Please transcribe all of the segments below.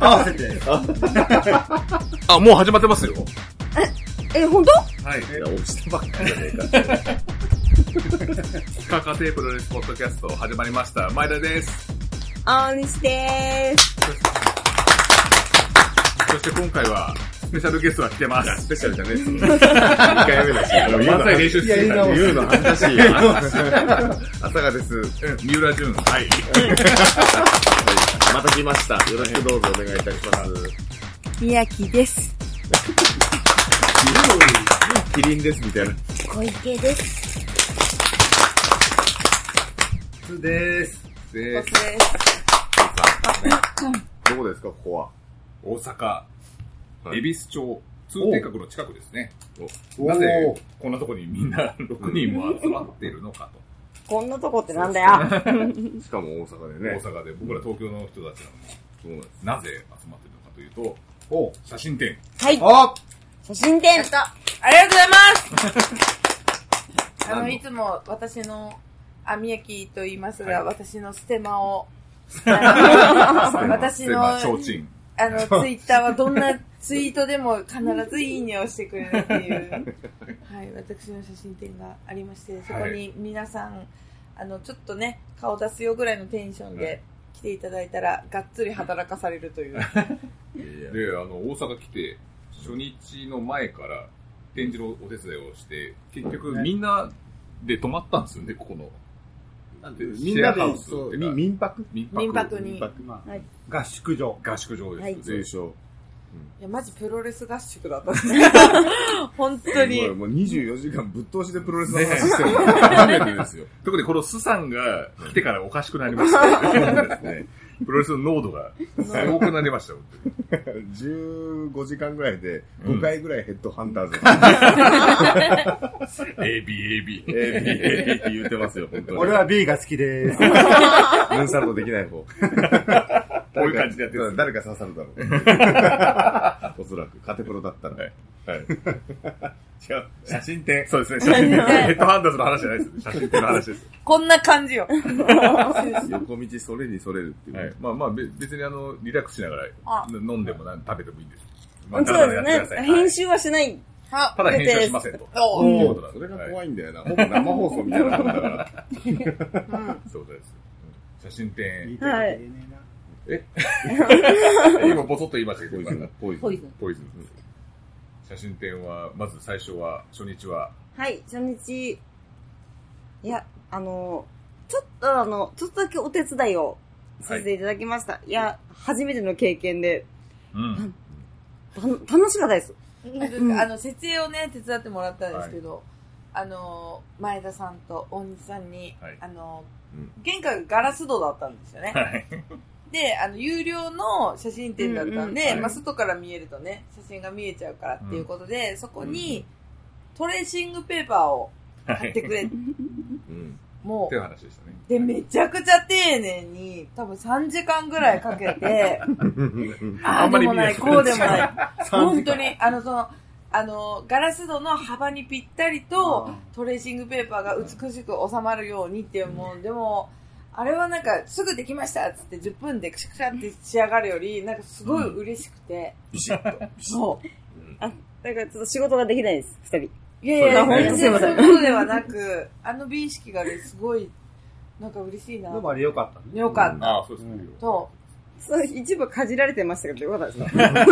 合わせて。はあ、もう始まってますよ。え、本当？い。いや、落ちてばっかりじゃ ねえか。カカテープロレスポッドキャスト始まりました。前田です。大西でーす。そして今回は、スペシャルゲストが来てまスす。ペシャルじゃねえ っすもん。2回目だし。漫才練習してるから言うの恥ずかしい。言うの恥ずかしい。 朝がです。うん三浦淳。はい。また来ました。よろしくどうぞお願いいたします。宮城です。キリンです、みたいな。小池です。普通です。で。ですどこですか、ここは。大阪、はい恵比寿町、通天閣の近くですね。おなぜーこんなとこにみんな6人 も集まってるのかと。こんなとこってなんだ よ。しかも大阪で大ね。阪で、僕ら東京の人たちなのに、そうなんです。なぜ集まってるのかというと、お写真展。はい。あ写真展。ありがとうござい ますあ何のの、いつも私の、あ、みやきと言いますが、私のステマを、 私の、まああ、提灯。の、ツイッターはどんなツイートでも必ずいいねをしてくれるって いう、はい、私の写真展がありまして、そこに皆さん、あの、ちょっとね、顔出すよぐらいのテンションはで来ていただいたら、がっつり働かされるといいう。やで、あの、大阪来て、初日の前から展示のお手伝いをして、結局ねみんなで泊まったんですよね、ここの。なんてみんなシでェアハウスってそういうかみ民泊民泊民泊に。い民泊まあはい合宿所。合宿場はいです、通ね称。や、マジプロレス合宿だった。 本当に。もう24時間ぶっ通しでプロレスの話してるの初めてですよ。ということで、このスさんが来てからおかしくなりました、 ね。プロレスの濃度がすごくなりましたよ。 15時間ぐらいでうん5回ぐらいヘッドハンターズ、 ABAB。えーって言ってます よ、本当に。俺は B が好き でーす。ムーンサルトできない方。 こういう感じでやってる誰か刺さるだろう。 おそらく、カテプロだったら。はいはい。違う、写真展。そうですね、写真展。ヘッドハンダーズの話じゃないですよね。写真展の話です。こんな感じよ。横道それにそれるっていう。はい、まあまあ、べ別にあの、リラックスしながらあ飲んでもなん食べてもいいんです。まそあ、うただやでってくだすさね。い。はい編集はしない。あただ編集はしませんと。おとういうことなんそでれがは怖いんだよな。ほぼ生放送みたいなもんだから。うん。い。そうです。写真展、はい今ボソッと言いましたけポイズンど、、ポイズン。ポイズンポイズンです。写真展は、まず最初は、初日は、はい。初日、いや、あの、ちょっとあの、ちょっとだけお手伝いをさせていただきました。いや、初めての経験で、うん。た楽しかったです。んあの、設営をね、手伝ってもらったんですけど、あの、前田さんと大西さんに、はいあのうん、玄関がガラス戸だったんですよね。はい。で、あの、有料の写真展だったんうんで、うんまあ、外から見えるとね、写真が見えちゃうからっていうことで、そこに、トレーシングペーパーをは買い。っっててく れ、うん。もいうう、話でしたね。で、めちゃくちゃ丁寧に、多分3時間ぐらいかけて、ああんあまでりも見なないい、こうでもない。 3本時当間。に、あの、その、あの、ガラス戸の幅にぴったりうとん、トレーシングペーパーが美しく収まるようにっていうもん、でも、あれはなんか、すぐできましたっつって10分でクシャクシャって仕上がるより、なんかすごい嬉しくて、ビシッと。そう。あ、だからちょっと仕事ができないです、二人。いやいや、そう本で当すにねそういうことではなく、あの美意識がね、すごい、なんか嬉しいな。でもあれ良かったね。よかった。ああ、そうですね。と、そう、一部かじられてましたけど、よかったですか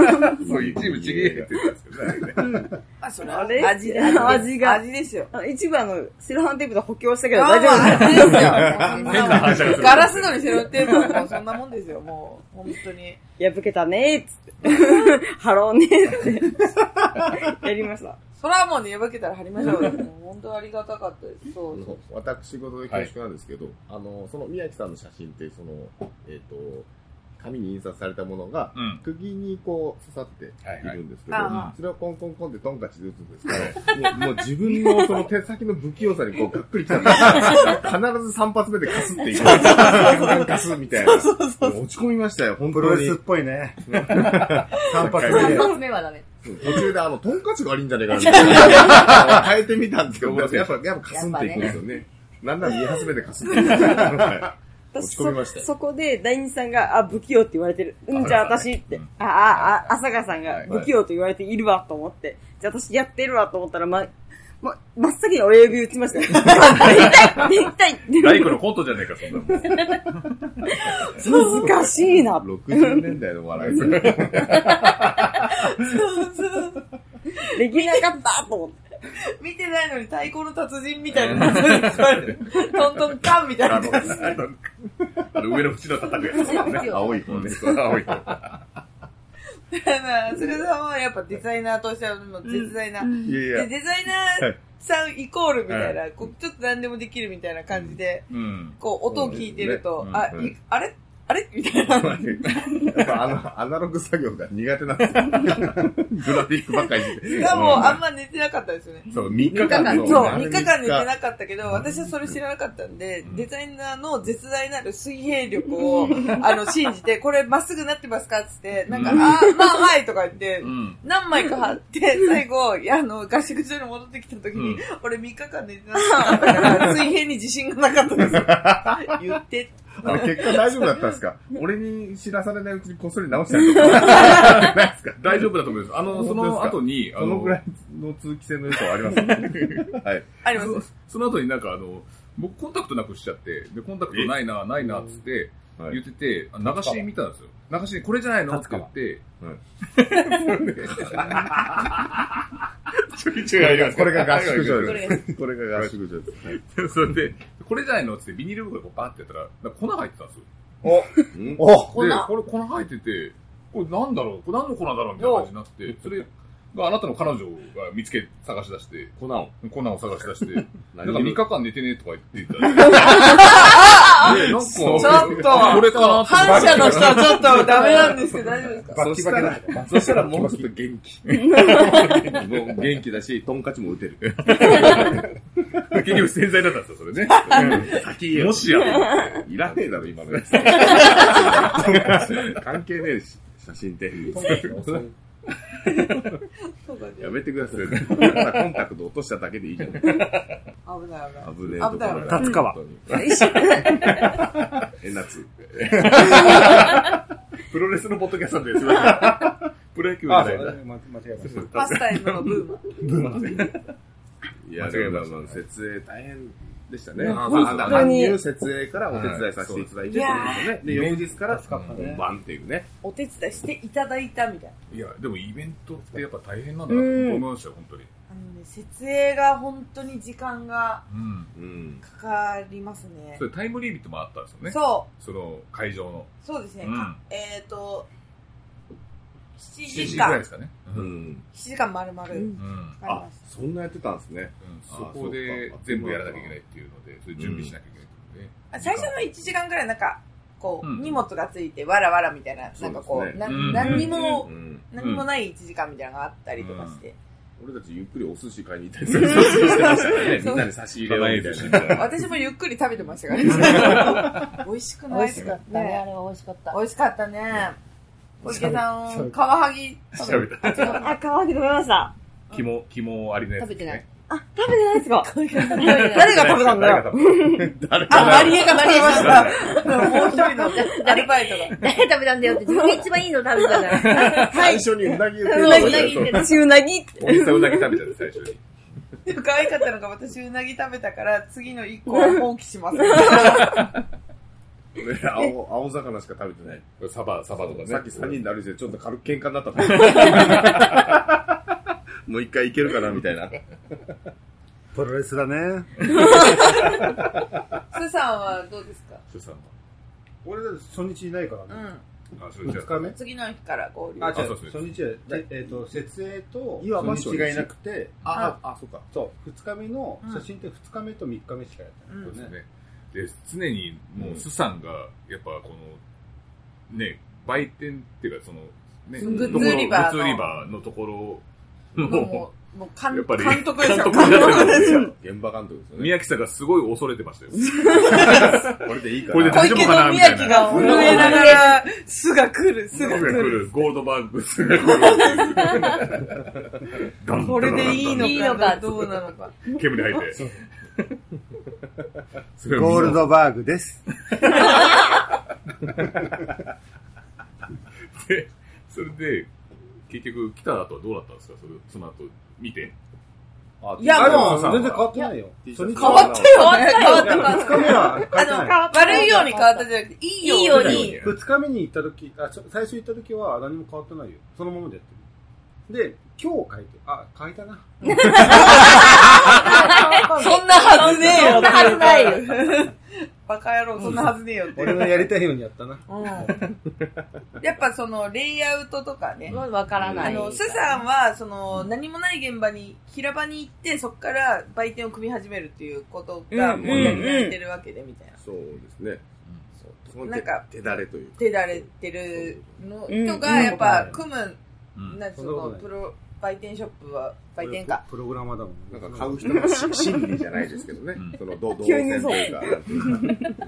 そういうチームちぎれって言ったんですけどね。あ、そあれ味で、味が味ですよ。あの一部あの、セロハンテープで補強したけどまあ大丈夫です。まあ味ですよ。変な話がするガラス戸に背負ってるのもそんなもんですよ、もう。本当に。 破けたねーっつって。 ハローねーって。 やりました。それはもうね、破けたら貼りましょうよ。 もう本当ありがたかったです。そうそう。私事で恐縮なんですけど、あの、その宮城さんの写真って、その、えっと、紙に印刷されたものが、うん。釘にこう刺さっているんですけど、はいはいあそれをコンコンコンってトンカチで打つんですけど、もうもう自分 のその手先の不器用さにこうがっくりきたんです必ず3発目でカスっていく。ガスみたいな。もう落ち込みましたよ、本プロ当レにスっ。ぽいね。3発三目で。目はダメ。途中であの、トンカチが悪いんじゃねえかなみたいな。変えてみたんですけど、やっぱ、やっぱカスンっていくんですよね。なんなら2発目でカスンっていく。はい落ち込みましたよそそこで、第二さんが、あ、不器用って言われてる。うん、じゃあ朝私香さんねってうん。あ、あ、あ、朝香さんがはい不器用と言われているわと思って。じゃあ私やってるわと思ったら、ま、ま、真っ先に親指打ちましたよ。できたいできたい大工のコントじゃねえか、そんなもん。難しい な。 60年代の笑いですね。できなかったと思って。 見てないのに太鼓の達人みた いな。トントンカンみたいあな。の、あの あの上の縁の叩くやつ。青い方ね。青い方。 それさんはやっぱデザイナーとしてはもう絶大な。いやいでや。デザイナーさんイコールみたいな、こうちょっと何でもできるみたいな感じで、うん。こう音を聞いてると、うんあ、うんいあれあれみた いな。やっぱあの、アナログ作業が苦手なんです よ。グラフィックばっかりして。しかもあんま寝てなかったですよね。そう、3日間そのうそう、あれ3日間寝てなかったけど、私はそれ知らなかったんで、デザイナーの絶大なる水平力を、あの、信じて、これまっすぐなってますかっつって、なんか、あうんー、まあ、はいとか言ってう、ん。何枚か貼って、最後、いや、あの、合宿所に戻ってきた時にうん、俺3日間寝てなかったから、水平に自信がなかったです。言って。あれ結果大丈夫だったんですか俺に知らされないうちにこっそり直したりとか。ないですか大丈夫だと思います。あの、その後に、あそのぐらの、いの通気性の良さはありますね。はい。あります。その後になんかあの、僕コンタクトなくしちゃって、で、コンタクトないな、ないな、つって、はい言ってて、あ流し見たんですよ。流しにこれじゃないのって言って、ちょいちょいありますこれが合宿所これです。これが合宿所です。はい それで、これじゃないのって言ってビニール袋こうバーってやったら、なんか粉入ってたんですよ。うんお粉で、これ粉入ってて、これなんだろうこれ何の粉だろうみたいな感じになって、それがあなたの彼女が見つけ、探し出して、粉を。粉を探し出 して、ななんかん3か日間寝てねとか言 ってた。でなんか、ちょちょっと、これかなと思って反射の人はちょっとダメなんですけど、大丈夫ですかバッキバキだ。そしたらもうちょっと元気。もう元気だし、トンカチも打てる。結局洗剤だったんですよ、それね。先もしや。いらねえだろ、今の やつ。関係ねえし、写真って。そうだねやめてください。コンタクト落としただけでいいじゃん。危ね危ない危なえい。ところだ。立川本当に。一緒え、夏。プロレスのポッドキャストです。プロ野球みあ、たそういな。間違えましパスタへのブーム。いや、間違でえまもしたまあ、設営大変でしたね。いやまあ本当にだから搬入設営からお手伝いさせていただいてはいっていうことですよね。で、翌日からかったね本番っていうね。お手伝いしていただいたみたいな。いや、でもイベントってやっぱ大変なんだなと思いましたよ、本当に。あのね、設営が本当に時間がうん。うん。かかりますねそ。れタイムリミットもあったんですよね。そその会場の。う、そうですね。うんえっ、と、7 7時時ぐらい間で、すかね。ううん。ん。 7時間丸々かかりんうんまあし、そんなやってたんですね。そこで全部やらなきゃいけないっていうので、それ準備しなきゃいけないっていうので。た。あ最初の1時間ぐらいなんか、こう、うん荷物がついて、わらわらみたいな、なんかこそうう、ですねなうん何にも、うん。何もない1時間みたいなのがあったりとかして。俺たちゆっくりお寿司買いに行ったりするしてましたからね。そうみんなに差し入れをみたいな。私もゆっくり食べてましたから ね。美味しくないですかね、あね。れは美味しかった。美味しかったね。小池さん、カワハギ食べ調べた。あ、可愛く食べました。肝、肝ありのやつ食べでてすなねい。。あ、食べてないですか誰が食べたんだよ。食べたあ、マリエが食べました。もう一人のアルバイト が。誰食べたんだよって、自分が一番いいの食べたから。最初にうなぎ言ってうるなぎ言って私うなぎって。お店うなぎ食べたんです、最初に。でも可愛かったのが私うなぎ食べたから、次の一個は放棄します。俺ら青、青魚しか食べてない。サバ、サバとかね。さっき3人で歩いてちょっと軽く喧嘩 になったもんもう一回いけるかなみたいな。プロレスだね。スーさんはどうですか主さん俺だって初日いないからね。うは。あ、それ二日目ん。次の日から合流。あ、違そううそう、初日は、でえっと、設営と、いわば初日がいなくて、あ、あ、そうか。そう、二日目のうん、写真って二日目と三日目しかやってないそうよでね。すね。で、常にもう、スさんが、やっぱこの、ね、売店っていうか、その、ね、グッズところ売り場のグッズ売り場のところももう監やっぱり監督です監よ。督になってるんですよ現場監督ですよね。宮城さんがすごい恐れてましたよ。これでいいかこれでら。小池の宮城が震えながら、すが来る、すすがが来来る。る、ゴールドバーグスが来る。これでいのいのか、どうなのか。煙吐いて。それはゴールドバーグです。で、それで、結局来た後はどうだったんですかそれその後見て。いやあでももう全然変わってないよ。初日変わったよね。変わった変わっ2日目は変えてない。た。悪いように変わったじゃなくて、いいように。ように。二日目に行った時あちょ最初行った時は何も変わってないよそのままでやってるで今日変えてあ変えたなそんなはずねえよ。そんなはずないよ。バカ野郎、そんなはずねえよって。俺のやりたいようにやった なうんやっぱその、レイアウトとかね。わからなあい。の、スさんは、その、何もない現場に、平場に行って、そこから売店を組み始めるっていうことが、もうやり慣れてるわけで、みたいな。そうですね。そうそのなんか手だれというか。手だれてるのうん人が、やっぱ、組む、うんなんかそそんなのことないプロ売店ショップは売店かプログラマーだもんなんか買う人のし心理じゃないですけどねうん。その、どう、どう急線にそとういうかなんていうか。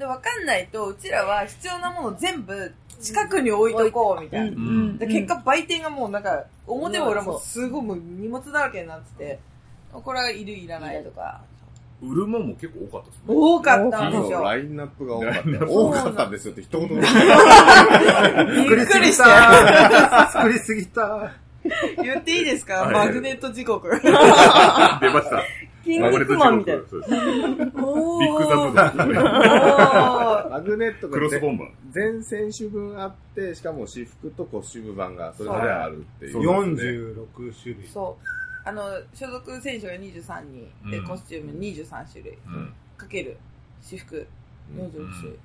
で分かんないとうちらは必要なもの全部近くに置いとこうみたういな、んで結果売店がもうなんか表も裏もすごいもう荷物だらけになっててこれはいるいらないとか売るもんも結構多かったですね。多かったんですそうよラインナップが多かっラインナッた。プ多かったんですよって一言も。びっくりしたた作りすぎた言っていいですかはいマグネット 時刻出ました。キンマググネックトマンみたい地な。獄そうですおビッグザブザブで すね。ーマグネットクロスがボンバー。全選手分あって、しかも私服とコスチューム版がそれぞれあるっていう。 46種類そうあの所属選手が23人でうんコスチューム23種類うんかける私服46種類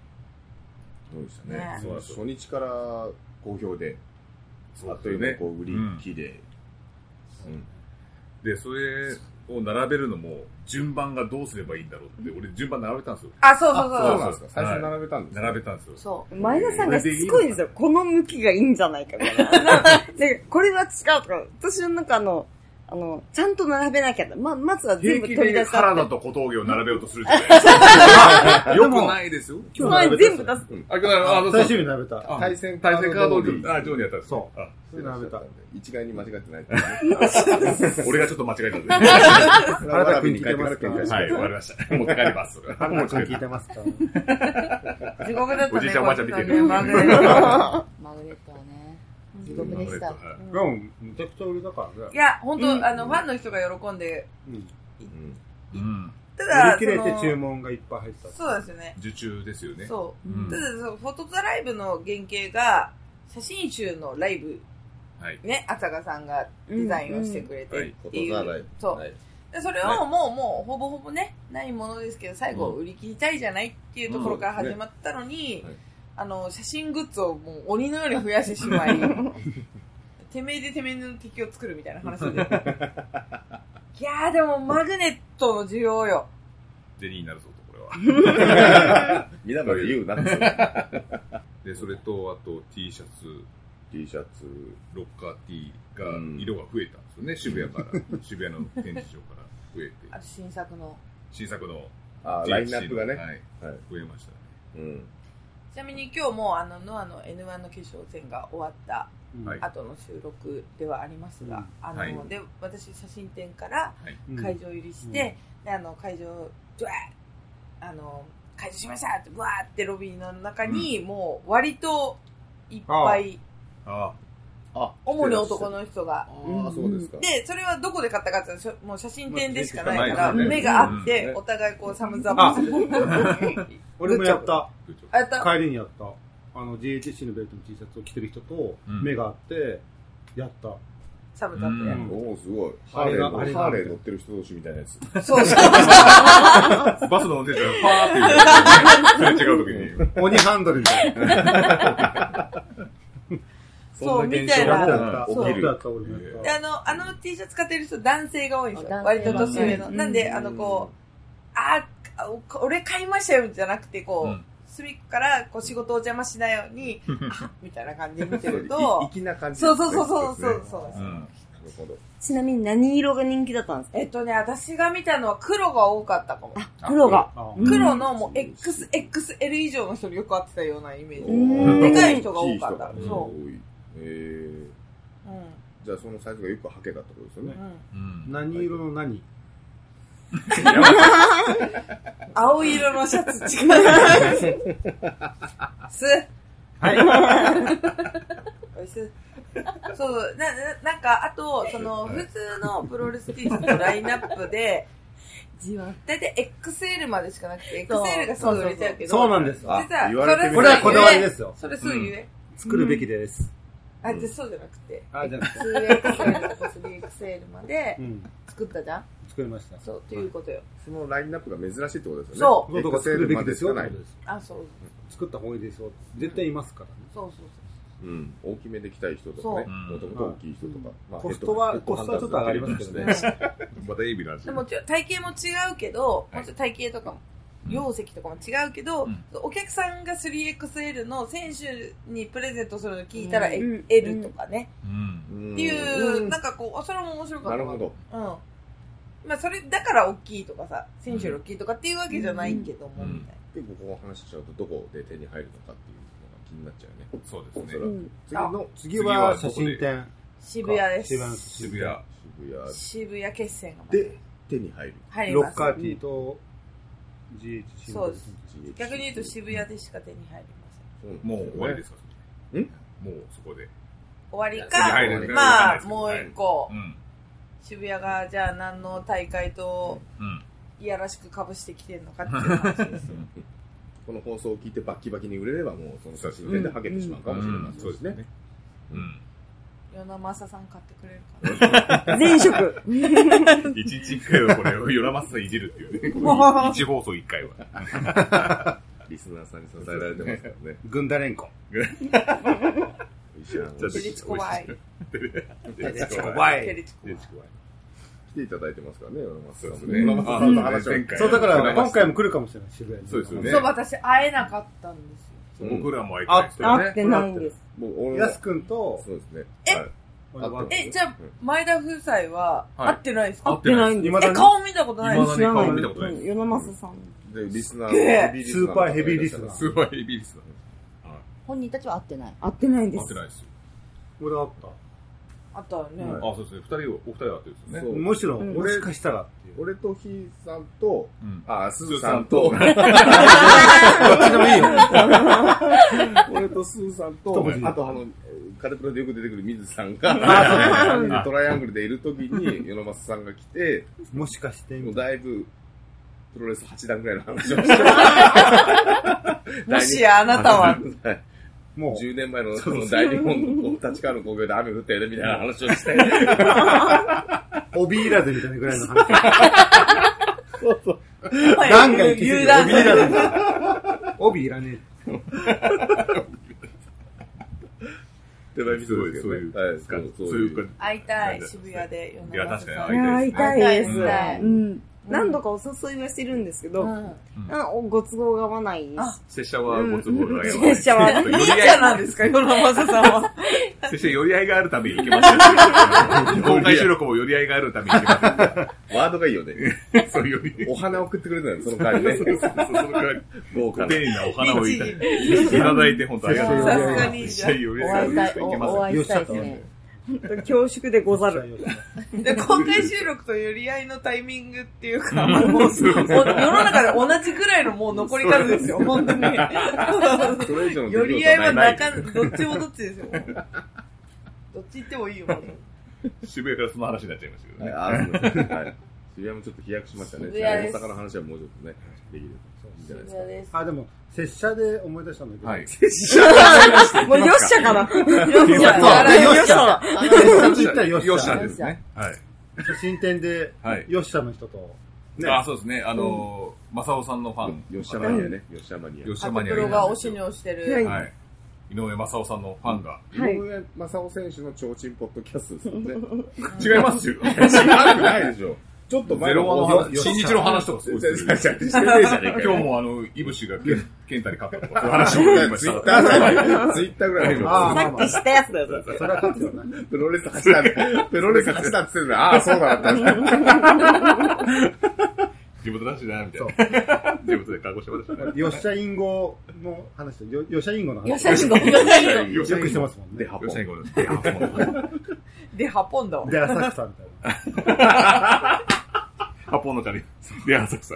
そうでしたねね。そう初日から好評で、あっという間にこう売り切れ。うんで、それを並べるのも、順番がどうすればいいんだろうって、俺順番並べたんですよ。あそうそそううそうなんですか。最初並べたんですか並べたんですよ。そう前田さんがしつこいんですよ。この向きがいいんじゃないかみたいな。なんかこれは違うとか、私の中の、あの、ちゃんと並べなきゃ。ま、まずは全平部気取りで出した原って田と小峠を並べようとするじゃないですか。よくないですよ。その前に全部出す。あ、あの、最終日並べたあ対戦対戦カードを取る。ああ、ジョーにやったんです。そうあそれ並べた一概に間違ってない。俺がちょっと間違えたんで。は原田君聞いてますかい、終わりました。 持って帰ります。それあん持なってち帰ゃんり聞いまてますか地獄だったね。おじいちゃんおばあちゃん見てるこの人ねマグネッマグネットはね、地す獄でした。でもめちゃくちゃ売りだからトねいや、本うん当あの、ファンの人が喜んで、うんうん。ただ、売り切れてその注文がいっぱい入ったそうですよね。受注ですよね。そうう。んただ、そのフォトザライブの原型が、写真集のライブ、はい。ね、朝香さんがデザインをしてくれうんうてんっていう。そう。でそれはをもう、もう、ほぼほぼね、ないものですけど、最後、売り切りたいじゃないっていうところから始まったのにうんそうですね、あの、写真グッズをもう鬼のように増やしてしまい、てめえでてめえの敵を作るみたいな話で。いやーでもマグネットの需要よ。銭になるぞと、これは。 みんなで言うなってで、それと、あと T シャツ、 T シャツ、ロッカー T が、色が増えたんですよね。渋谷から、 渋谷の展示場から増えて。あと新作の。新作のあラインナップがね。はい。はい増えましたね。うん。ちなみに今日もあの、ノアの N1 の化粧戦が終わったうんはい後の収録ではありますが、うんあの、はいで、私写真展からうん会場入りして、で、あの、会場、ドワーあの、会場しましたって、ブワーってロビーの中に、もう割といっぱい、ああ、主に男の。の人がああ、そうですか。で、それはどこで買ったかっていうのはしょもう写真展でしかないまから、あ写真目展しがかあないっですねて、お互いこうサムズアッあプする。俺もやったあ、部長 あやった帰りにやったあの GHC のベルトの T シャツを着てる人とうん目があってやったサムズアップうやんおおすごい。ハーあれレがーのあれがハーレー乗ってる人同士みたいなやつ。そうそう。バスの運転手がパ ーって言う、ね、違う時に。鬼ハンドルみたいなそう、みたやいったな。やったそうやったやった俺もやっで、あの、あの T シャツ買ってる人、男性が多いんですよ。男性割と年上の。うんなんで、あの、こう、あーあお俺買いましたよ、じゃなくて、こう、うん隅っこから、こう、仕事お邪魔しないように、あみたいな感じで見てる そうとい、粋な感じ。そうそうそうそうそうそう、うん。るほど。ちなみに何色が人気だったんですかえっとね、私が見たのは黒が多かったかも。黒が。あうん黒のもう XXL 以上の人によく会ってたようなイメーうジ。んでかい人が多かった大きい人がそ多い。えー、うじゃあそのサイズがよくはけたってことですよねん。う。ん。うん。何色の何青色のシャツ 違う。す。はい。おいす。そう、な、ななんか、あと、その、普通のプロレス T シャツのラインナップで、 じわ。だいたい XL までしかなくて、そう XL がすぐ売れちゃうけど。そうなんです。あ実は。言われてみこれはこだわりですすよ。それすぐ言え。作るべきです。あ、じゃあそうじゃなくて、あ、じゃあ、 2XL と 3XL までうん。作ったじゃん作りました。そう、ということよ。そのラインナップが珍しいってことですよね。そ僕が作るべきですよ。までしかないあ、そう。作った方がいいですよ。絶対いますからね。そうそううん。大きめで来たい人とかね。そうもともと大きい人とか。まあコストはヘッドハンターコストはちょっと上がりますけどねヘッドハンターまたエビの味そう。でもちょ、体型も違うけど、はいもうちょっと体型とかも、容積とかも違うけど、うんお客さんが 3XL の選手にプレゼントするの聞いたら、うん L とかね、うん。うんっていう、うんなんかこう、あそれも面白かなったるなほど。うん。まあ、それだから大きいとかさ、選手より大きいとかっていうわけじゃないけども、うんみたい結構ここの話しちゃうと、どこで手に入るのかっていうのが気になっちゃうね。そうですうね。ん。次の次は写真展。な。渋谷です。渋谷です渋谷。渋谷渋谷決戦がまたで手に入る。。入りロまッす。カー T と GH 新そう聞です逆に言うと渋谷でしか手に入りません。もう終わりですすかんもうそこで。終わり手にか、入るねまあ、もう一個、うん。渋谷がじゃあ何の大会とうん。いやらしく被してきてるのかっていう話ですよ。この放送を聞いてバッキバキに売れれば、もうその写真展でハゲてしまうかもしれません。そうですね。うん。与那正さん買ってくれるか前職。一日一回はこれを、よらまさんいじるっていうね。一放送一回は。リスナーさんに支えられてますからね。軍団連呼。石原もちょっとテレチコワイ。テレチコ怖ワイ。な。テい。レチコテレチコワイ。来ていただいてますからね、山本さんもそうですね山本さんの話を前回そう、だから前回今回も来るかもしれない、渋谷に。そうですよねそう、私会えなかったんですよ。うん僕らも会いたいですよね。会ってないんです。もう俺もやすくんと、そうですね。えはい俺はうんえ、じゃあ、前田夫妻はは会いってないんです会かってない未え、だに顔見たことない今でだすに顔見たことないうん。与那正さん。で、リスナーすっげえヘビリスナスーパーヘビーリスナースーパーエビリス本人たちは会ってない。会ってないんだ。で会ってすな。いですよ。俺はあった。あったよはね。いあ、そうですね。二人を、お二人は会ってるんですよそね。うむしろ、うんもしかしたらっていう。俺とひーさんと、うん。あ、すーさんと、どっちでもいいよ。俺とすーさん一と文字、あとあの、カテプロでよく出てくる水さんが、三人でトライアングルでいるときに、与那松さんが来て、もしかして、もうみたいだいぶ、プロレス8段ぐらいの話をして、もしやあ なたは、なもう、 10年前のその大日本のこう立川の工業で雨降ったよね、みたいな話をして、帯いらずみたいなぐらいの話。段段が行き過ぎ有る段帯いらずみたいな。 帯いらね手前見てますけどね。はいそうそうすごいそうそういういう感じ。会いたい、渋谷で。いや確かに与那正さんいや、会いたいです。会いたいうん。何度かお誘いはしてるんですけど、うん。あおご都合が合わないあ拙者はご都合がやばい。拙者はより忍者なんですか、与那正さんは。拙者寄り合いがあるために行きましたよ。公開収録も寄り合いがあるために行きましたよワードがいいよね。そういう寄り合い。お花送ってくれたのよ、その代わりね。そうそうその代わり豪華ごな。丁寧なお花をいただい律て、いただいて、本当ありがとうございます。儀拙者寄りお合会いいしがあたいる、と行けまおすおよ。会いしたいですね。恐縮でござ る。え。で公開収録と寄り合いのタイミングっていうか、もう、世の中で同じくらいのもう残り数ですよ、本当に。それ以上の出来事はない寄り合いはなかん、どっちもどっちですよ。もうどっち行ってもいいよ、もう渋谷からその話になっちゃいましたけどね。はい、あそうですねはい。渋谷もちょっと飛躍しましたね。渋谷です大阪の話はもうちょっとね、できるいいんじゃないですか。です。あ、でも、拙者で思い出したんだけど、はい。もうよっしゃかな。よっしゃやらやれらよれっしゃだ拙者と言ったらよよっっししゃゃで。ですすね。はい。写真展で、はい。よっしゃの人と、ね、あ、そうですね。あのー、正雄さんのファン。よっしゃマニアね。よっしゃマニア。吉ア山トにプあるロがおしに押してはる。いはい。井上正雄さんのファンが。はい井上正雄選手の提灯ポッドキャストですよね。違いますよ。違うくないでしょ。ちょっとゼ前ロの話の話、新日の話とかすごいする。今日もあ の、イブシがケンケンタに勝ったとか、そういう話を聞きま ツイッしタた。ーぐらい、ツイッターぐらいあのーさっきしたやつだよ、それは勝つよな。プロレス走ったんで、プロレス走ったって言ってるのああ、そうだったんだ。地元だしな、みたいそうな。地元で鹿児島だしな。よっしゃインゴの話と、よよっしゃインゴの話。よしゃしんご、よしゃしんご。よくしてますもんね。で、ハよポっしゃ、行こう です。で、ハポンだわ。で、浅草みたいな。八本のカレー。で、浅 草。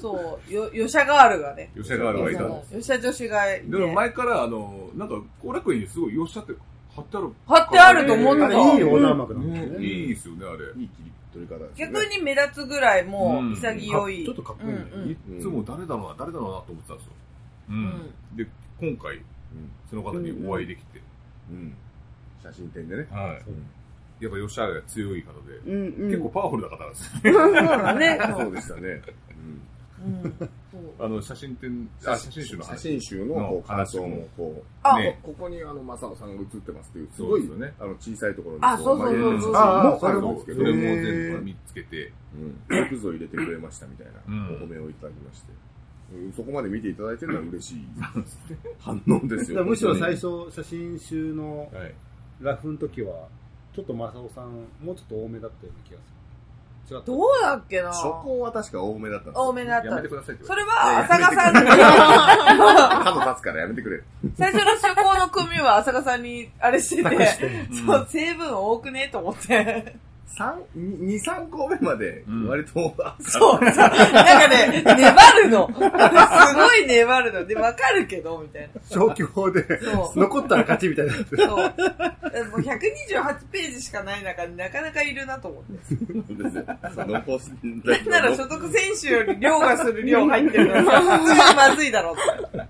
そう、よ、よしゃガールがね。吉川がいたんです。よしゃ女子がいて。でも前から、あの、なんか、後楽園にすごいよっしゃって貼ってある。貼ってあると思ったなん。かいいうんオーナー幕なんですよねね。いいですよね、あれ。いい切り取り方ですね。逆に目立つぐらいもうんう潔かい。ちょっとかっこいいね。うんいつも誰だろうな、誰だろうなと思ってたんですよ。うん。で、今回、その方にお会いできて、うん。写真展でね。はやっぱ吉原が強い方で、うんうん。結構パワフルな方なんですよ。そうだね。そうでしたね。うんうんそうあの、写真展、あ、写真集の写話。真集のこう感想もこう、あねここにあの、正雄さんが写ってますっていう、すそごうでいすよね。あの、小さいところにあそうそうそう紛れてる写真あもあるんですそけれども、全部見つけて、うんよくぞ入れてくれましたみたいなうんお褒めをいただきまして、うんそこまで見ていただいてるのは嬉しい 反応ですだよ。からむしろ最初。初、写真集のはい。ラフの時は、ちょっと正雄さん、もうちょっと多めだったような気がする。違ったどうだっけな初行は確か多めだったんです多めだっやためて。くださいってそ言われは、浅香さんいやに、角立つからやめてくれ。最初の初行の組は浅香さんに、あれしてて、れて。そう、成分多くねと思って。三二、三個目まで、割と、そう、そうなんかね、粘るの。すごい粘るの。で、わかるけど、みたいな。消去法で、そう。残ったら勝ちみたいな。そう。でもう128ページしかない中でなかなかいるなと思って。残すんだなんけどなら所得選手より量がする量入ってるのが、一番まずいだろうって。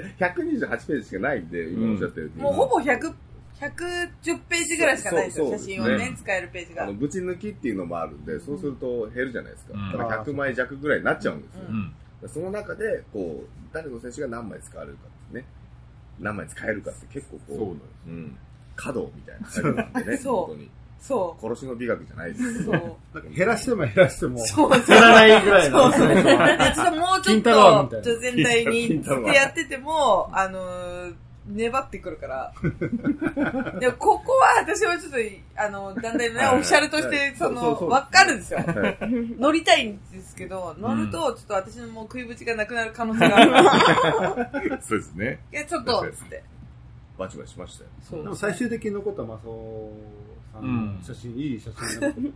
で128ページしかないんで、今おっしゃったように。もうほぼ100、110ページぐらいしかないですよ、そう写そう真をねね、使えるページあがの、。ぶち抜きっていうのもあるんで、そうすると減るじゃないですか。うんだから100枚弱ぐらいになっちゃうんですよ。うん。その中で、こう、誰の選手が何枚使われるかってね。何枚使えるかって結構こう、そうなんでうん。稼働みたいな作業なんでね、そう本当に。そ殺しの美学じゃないですう。けそど。う。減らしても減らしても、そう。そう減らないぐらそいのう。そう。なんかちょっともうちょ金太った郎みいなと、ちょっと全体に金太郎ってやってても、あのー、粘ってく るから。でも、ここは私はちょっと、あの、だんだんね、オフはいィシャルとしはてい、そそうそうその、うわかるんですよ。はい乗りたいんですけど、乗ると、ちょっと私のもう食いぶちがなくなる可能性がある から。そうですね。いや、ちょっと、つって。バチバチしましたよ。そでうも。最終的に残った正雄さんの写真、いい写真だったデ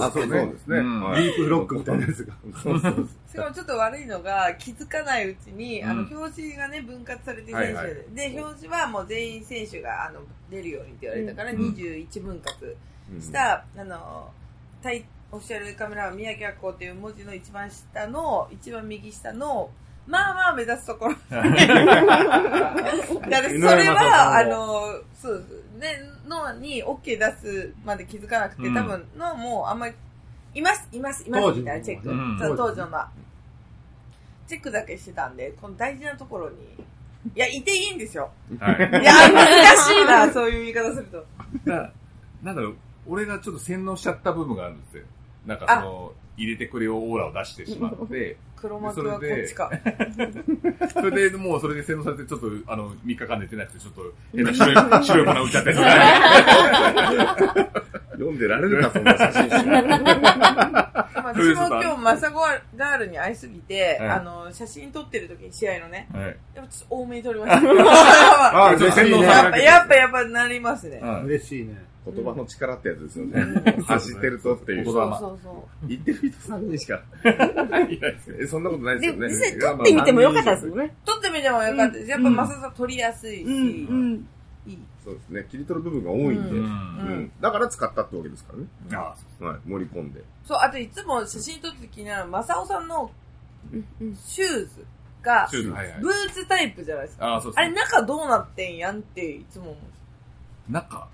あそうそうですねうんはいィープロックみたいなやつが。そうそうそう。しかもちょっと悪いのが、気づかないうちに、あの、うん表紙がね、分割されてる選手で、はいはで、表紙はもう全員選手が、あの、出るようにって言われたから、うん21分割した、あの、対、オフィシャルカメラは宮城学校っていう文字の一番下の、一番右下の、まあまあ目指すとこ ろ。だからそれ井上正人は、さあんの、そうですね、のに OK 出すまで気づかなくて、うん多分の、もうあんまり、います、います、いま当す、み時のたいなチェック。うんそう当時のは。チェックだけしてたんで、この大事なところに。いや、いていいんですよ。 はい。いや、難しいな、そういう言い方すると。なんだろう、俺がちょっと洗脳しちゃった部分があるんですよ。なんかその、入れてくれよオーラを出してしまって、黒幕はこっちか。それでもうそれで洗脳されて、ちょっと、あの、3日間寝てなくて、ちょっと、変な白 い、白い粉打っちゃったりとか、読んでられるか、そんな写真集。まあそうい私うこもとある今日、マサゴガールに会いすぎて、はいあの、写真撮ってる時に試合のね、はい。でもちょっと多めに撮りました。やあ嬉しいねっぱ、やっぱ、やっぱなりますね。うん嬉しいね。言葉の力ってやつですよね。走ってるとってい言う。そ葉うのそうそう。言ってる人3人しか。いないですよ。えそんなことないですでよ実ね。際撮ってみてもよかったですよね。撮ってみてもよかったです。やっぱマサさん撮りやすいし、うんうん。いい。そうですね。切り取る部分が多いんで。ううんんだから使ったってわけですからね。ああ、はい。盛り込んで。そう、あといつも写真撮って気になるのは、マサオさんのシューズが、シューズ、はいはいブ。ーツタイプじゃないですか。ああ、そうであれすね。中どうなってんやんっていつも思うんです中。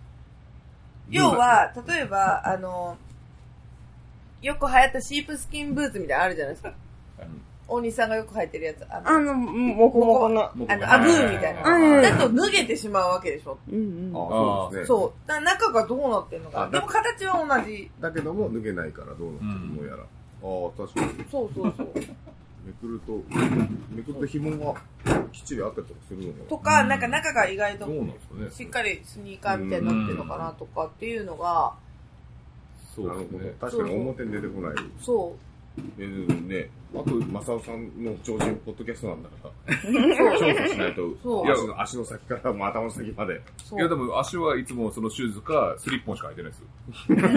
要は、例えば、あの、よく流行ったシープスキンブーツみたいなのあるじゃないですか。大西さんがよく履いてるやつ。ああの、の、もこもこの。あのアブーみたいな。うんだと脱げてしまうわけでしょ。うんうん。あそうですね。そう。だから中がどうなってんのかあな。でも形は同じ。だけども、脱げないからどうなってるのやら。ああ、確かに。そうそうそう。めくると、めくると紐がきっちりあったりとかするのとかか、なんか中が意外どとうなんですかね。しっかりスニーカーみたいになってるのかなとかっていうのが、そな。なうるですほどね。。確かに表に出てこない。そえーね、あと、マサオさんの超人ポッドキャストなんだから、調査しないと、そう足の足の先からもう頭の先まで。う。いそうや、でも足はいつもそのシューズかスリッポンしか履いてないですよ。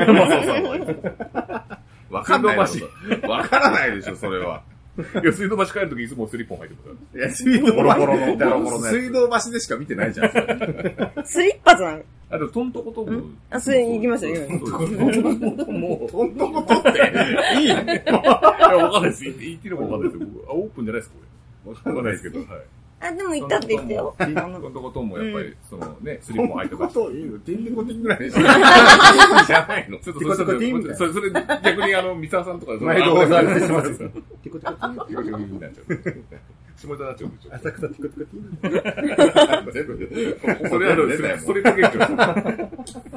マサオさんは。わかんない水でわからないでしょ、それは。いや、水道橋帰るときいつもスリッポン履いてますから。いや、水道ボロボロのボロボロボロのやつ水道橋でしか見てないじゃん。スリッパじゃん。あと、トントコトン。あそれ行きました行きました。そうですトントコトンもトントコ取って、いいいや、わかんないです。言って言ってるかわかんないですよ。僕あ、オープンじゃないです、こわかれ。わかんんなないいでけですすけどど。。はい。あ、でも行ったって言ってたよ。あのトントコトンもやっぱり、そのね、スリトッンポン履いてトまコ した。といいの、ティンテコティンぐらいでしょ。じゃないの。ちょっとティコそテれコティンみちょたっいとそれそれ逆にあの、三沢さんとか、毎度あれしてますよ。ティコテコティン。逆にみんなになっちゃう。下田になっちゃうんでしょ。浅草ティコテコティン。それあの、出ないもんそれだけですよ。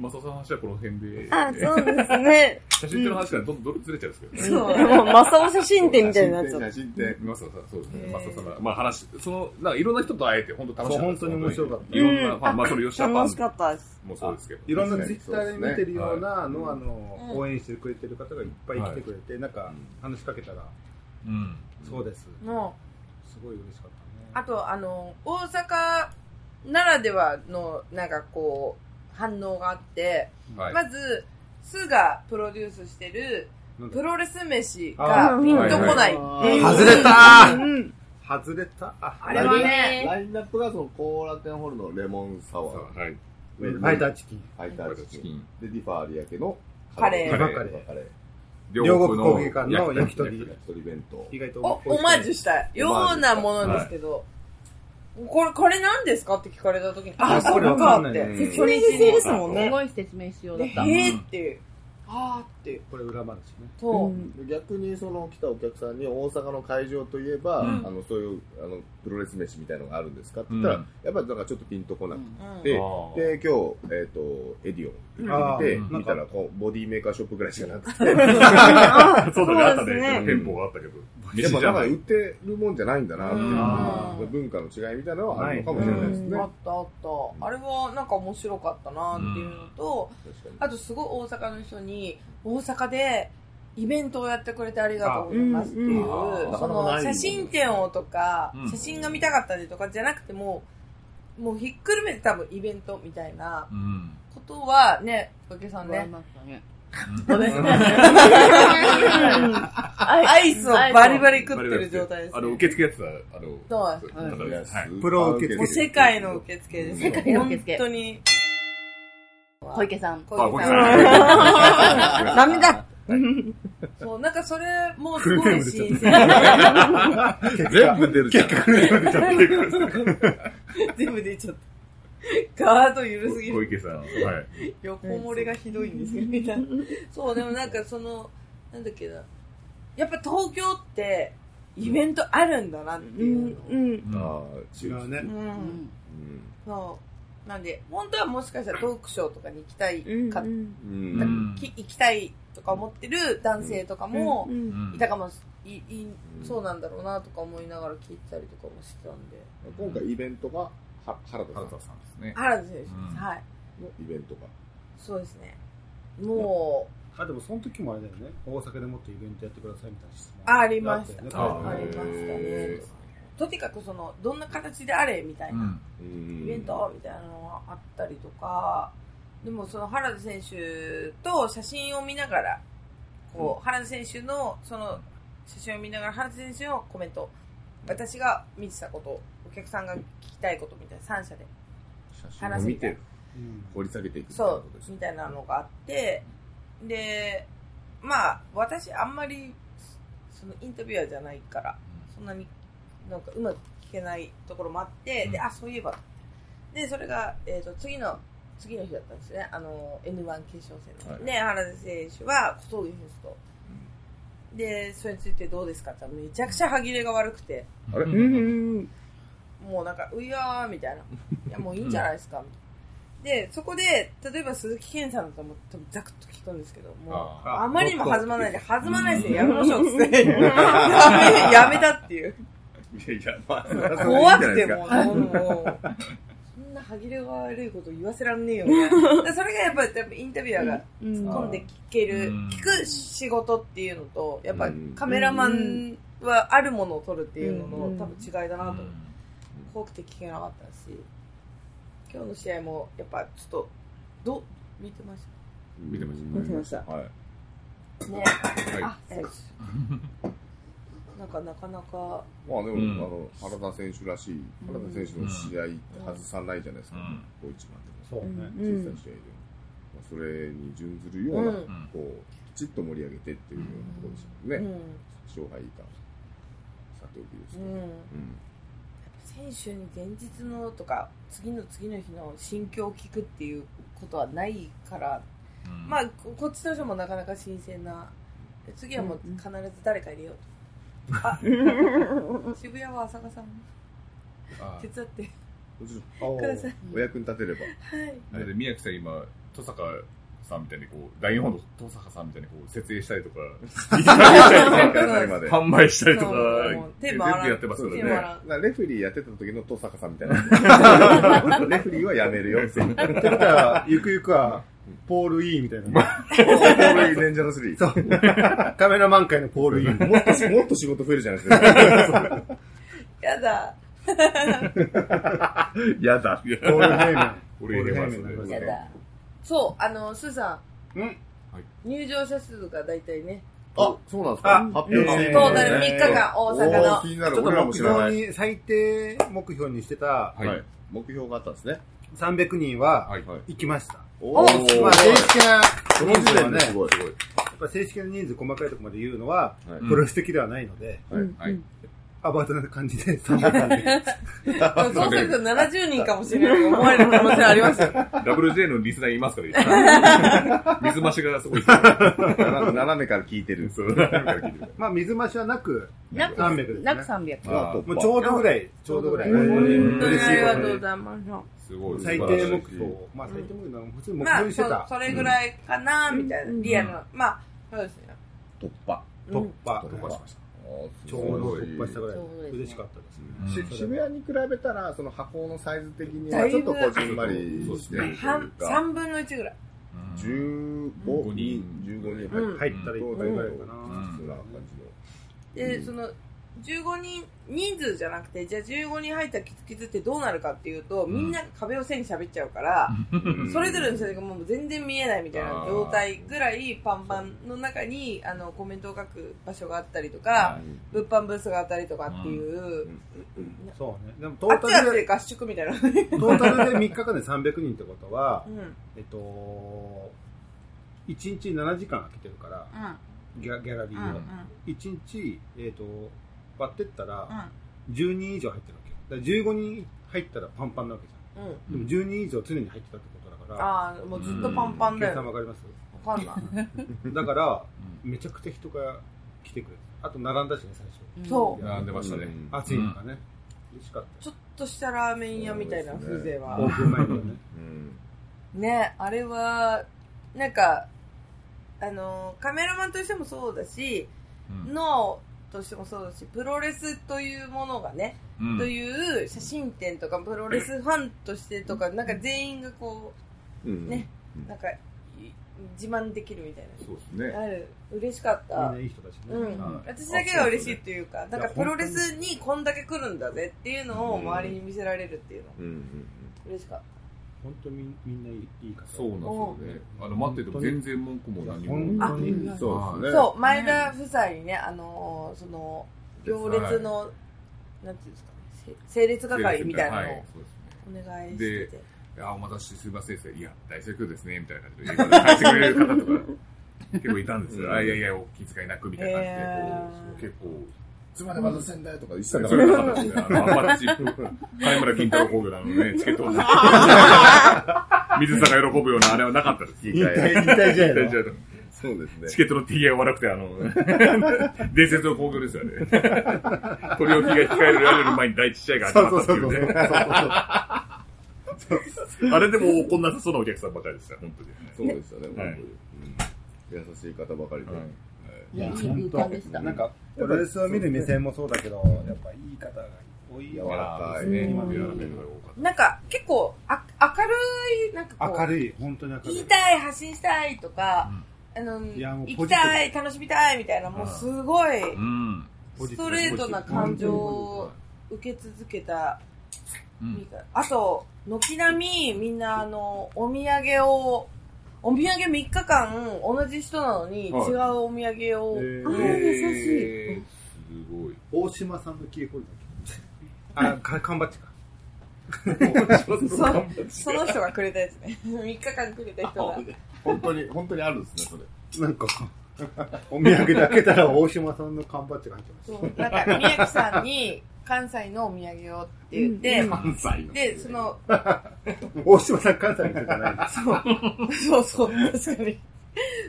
マサさんの話はこの辺で、あ、そうですね。写真展の話からどんどんずれちゃうんですけどね。そう。もう、マサオ写真展みたいになっちゃっ写た。真って。マサさん、そうですへね。ーマサさんが、まあ話、その、なんかいろんな人と会えて本当楽しかったです。そう本当に面白かったいろんうなんファン、まあそれ吉田フ楽しァかったです。ンもそうですけど。いろんなツイッターで見てるようなの、あうんの、応援してくれてる方がいっぱい来てくれて、なんか、話しかけたら、うん。そうです。の、すごい嬉しかったあね。と、あの、大阪ならではの、なんかこう、反応があって、はい。まず、スがプロデュースしてる、なんだプロレス飯あがーピンとこない。はいはい外れたうん。外れた。あ、あれはね、ラインナップがその、コーラテンホールのレモンサワー、はい。はい。ファイターチキン。ファイタこれーがチチキキン、ン。で、リファ有明のカレーカレーカレー。両国国技館の焼き鳥。鳥。一人弁当。意外とお、オマージュしたようなものですけど、これ、これ何ですかって聞かれた時に、あ、あそこれうわかかんなっいて。ね初それ日必要にですもんすね。ごい説明必要だっでた。へーっていう。あーっていう。これ裏話ね。そう。逆にその来たお客さんに大阪の会場といえば、うんあのそういうあのプロレス飯みたいのがあるんですかって言ったら、うんやっぱりなんかちょっとピンとこなくうんて、あーで今日、えっとエディオン行ってうんみて見たらこうボディメーカーショップぐらいしかなくてあそうだね、あったそうですね。ね店舗があったけど。でもじなんかゃない売ってるもんじゃないんだなっていううんあー文化の違いみたいなのはあるのかもしれないですね、あったあった。あれはなんか面白かったなっていうのと、確かあとすごい大阪の人に、大阪でイベントをやってくれてありがとうございますっていう、あうんうんその写真展をとか、うん写真が見たかったりとかじゃなくても、もうひっくるめて多分イベントみたいなうん。ことはね、おけさんねね、。アアイスをバリバリ食ってる状態です、あねの、。受付やってた、あの、そうです方にいやです。はい。プロ受付もう世界の受付ですよ。世界の受付本当に。 小池さん。小池あさ小池ん。ダメだ。そう、なんかそれもすごい新全鮮。部出るじゃん全部出ちゃった。ガード緩すぎ小る。池さん。はい。横漏れがひどいんですよ、みたいな。そう、でもなんかその、なんだっけな。やっぱ東京って、イベントあるんだなってういうのん、うん。ああー違うね。う。うんんそう。なんで、本当はもしかしたらトークショーとかに行きたいうん。か、うんううんんき行きたいとか思ってる男性とかも、うんいたかもしいいそうなんだろうなとか思いながら聞いてたりとかもしてたんで。今回イベントがは原田さ原ん田さんですね。原田選手です。うんはい。のイベントがそうですね。もあ、でもその時もあれだよね。大阪でもっとイベントやってくださいみたいな質問う、ありましたね。ああっーありましたね。とにかくその、どんな形であれみたいうな、ん。イイベントみたいなのがあったりとか、でもその原田選手と写真を見ながら、こう、原田選手の、その、写真を見ながら原田選手のコメント、私が見てたこと、お客さんが聞きたいことみたいな、三者で写真を見て掘り下げていくっていそうこ、とですみねたいなのがあって、で、まあ、私、あんまり、そのインタビュアーじゃないから、そんなに、なんか、うまく聞けないところもあって、で、うんあ、そういえば、で、それが、えっ、と、次の、次の日だったんですね、あの、N1 決勝戦の。はいで、原田選手は、小峠選手と、で、それについてどうですかって言ったらめちゃくちゃ歯切れが悪くて、あれううんんうん。もうなんか、うやーみたいな。いや、もういいんじゃないですか。で、そこで、例えば鈴木健さんだとも多分ザクッと聞くんですけど、もう、ああまりにも弾まないで、弾まないですうね、やめましょうっつって。やめ、やめたっていう。いやいや、まあ、それはそれでいいんじ怖ゃなくいですてもかう、もうそんな歯切れが悪いこと言わせらん ねえよみたいな。でそれがやっぱ、やっぱインタビュアーが突っ込んで聞ける、うん聞く仕事っていうのと、やっぱうんカメラマンはあるものを撮るっていうののうん多分違いだなとあ思う。怖くて聞けなかったし、今日の試合もやっぱちょっと、ど、見てまし見てました見てましたはい。たね。はいあ、そうです。なんかなかなか、まあでも、うんあの、原田選手らしい、原田選手の試合外さないじゃないですか、うんこう一番でも。そうね。小さい試合でも。まあ、それに準ずるような、うんうんこう、きちっと盛り上げてっていうようなところでしたうね。ん。勝敗以下、さておきですけうど。ん。うん選手に前日のとか、次の次の日の心境を聞くっていうことはないから、うんまあ、ここっちとしてもなかなか新鮮な。次はもう必ず誰か入れようと。あ、渋谷は浅香さん、あ手伝ってもちろんおください。お役に立てれば。はい。だって宮城さん今、登坂さんみたいにこう、ラインホンド登坂さんみたいにこう、設営したりとか、 はいまで。販売したりとかそうもう、手全部回らんやってますそうかです手ね。回ららね。だからレフェリーやってた時の登坂さんみたいな。レフェリーはやめるよって。こってことは、ゆくゆくは、ポール・イーみたいな。れレンジャーの3。カメラマン界のポール・イー。もっと、 もっと仕事増えるじゃないですか。やだ、 やだ。ポール・ヘイメン。俺入れます俺入れますやだ。そう、あの、スーさん。うんはい入場者数が大体ね。あ、そうなんですあか発表えートータルえ3日間、大阪おー気の。になちょる。っと俺らも目知らな標い。に、最低目標にしてたはい。はい目標があったんですね。 300人は、はい。行きました。おーまあ、正式な、ここのの時時点点はね、ですやごい。っぱ正式な人数細かいところまで言うのは、はいうんプロレス的ではないので、はい。アバウトな感じで300人 で。そうそうすると70人かもしれないと思われる可能性ありますよ。 WJ のリスナーいますから、 水増しがすごいですから。斜斜めから聞いてる。 そうなんか聞いてるまあ、水増しはなく、約300ですね約300。あーもうちょうどぐらい、ちょうどぐらい。うん本当に嬉しあいりがこととうでございます。すごい。最低目標、まあ最低目標、普通に目ま標あ、にしてそうたそれぐらいかな、みたいな。リアルな。まあ、そうですね。突破。うん突破、うん突破しました。ちちょうど突破したぐらいそうですね嬉しかったですうんね。し渋谷に比べたら、その箱のサイズ的にだは、いちょぶっとこじんまりしてるという半か、 3分の1ぐらい。うん15人、15人入うっん入ったら1分ぐらいかうな。んそうな感で、うんその、15人、人数じゃなくて、じゃあ15人入ったキツキツってどうなるかっていうと、んみんなが壁を背に喋っちゃうから、じの。それぞれの人がもう全然見えないみたいなあー状態ぐらいパンパンの中に、あの、コメントを書く場所があったりとうか、ん物販ブースがあったりとかっていう、そうね。でもトあっーちはあタっちルでで、合宿みたいな。トータルで3日間で300人ってことはう、ん。えっと、1日7時間空けてるから、ギャギャラリーを。1日、えっと、割ってったら、10人以上入ってるわけよ。だから15人入ったらパンパンなわけじゃうん。ん。でも10人以上常に入ってたってことだかああ、もうずっとパンパンら、だ計算よ。わかりますわかんない。だから、めちゃくちゃ人が来てくれてあと並んだしね、最初。そう並んでましたねうん暑いのかね。嬉しかっちょっとしたラーメン屋みたいな風情た。はオ。ープン前のね。うんねあれはなんかあのカメラマンとしてもそうだし脳としてもそうだしプロレスというものがね、という写真展とかプロレスファンとしてとかなんか全員がこうんねうんうなんかい自慢できるみたいそうですねな。ある嬉しかっみんたな。いい人だしね。うんはい私だけが嬉しいというか、なんかいやプロレスにこんだけ来るんだぜっていうのを周りに見せられるっていうのうんうん嬉しかっ本当みんみんないいいい方。そうなんですよね。あの、待ってても全然文句も何本も。当に。うんそうた。ですね。そう、前田夫妻にね、あのーその、行列の、なんていうんですかね、せ整列係みたいなのをお願いしてて。いや、お待たせすいませんいや、大盛況ですね、みたいな感じで、返してくれる方 とか、結構いたんですよ。あ、いやいや、お気遣いなく、みたいな感じで、結構、つまでまずせんだよとか言ってそたれからが話 で、あの、アパッチ、金村金太郎 工業のね、チケットを、水田が喜ぶようなあれはなかったです。切り替え痛いじゃないの大丈夫そうですチね。ケットの T が悪くて、あの、伝説の興行ですよね。これを気が控えられる前に第一試合が始そうまそったうってそいうそうう。ね。あれでも怒んなさそうなお客さんばかりでした、本そうでしたね、本はい当に。うん優しい方ばかりで。当に。はいいや、いい空間でし た。なんか、プロレスを見る目線もそうだけど、やっぱいい方が多いよ柔らかはいい。ね、今うんのような面が多かっなんか、結構、あ、明るい、なんかこう、明るい、本当に明る言いい。たい、発信したいとか、あの、いやもう行ポきジティブたい、楽しみたいみたいな、もうすごい、た。うん。ポスジティトブレートな感情を受け続けた、うんあと、軒並みみんなあの、お土産を、お土産3日間同じ人なのに、はい違うお土産を、えあーー優しいえーすごい。大島さんのキーホルダー。あ、か缶バッジか。そその人がくれたやつね。3日間くれた人が。本当に、本当にあるんですね、それ。なんか、 お土産だけたら大島さんの缶バッジが入ってましそうなんか、宮城さんに関西のお土産をって言って、関西の。で、その、た。大島さん関西の人じゃないそうそう、確かに。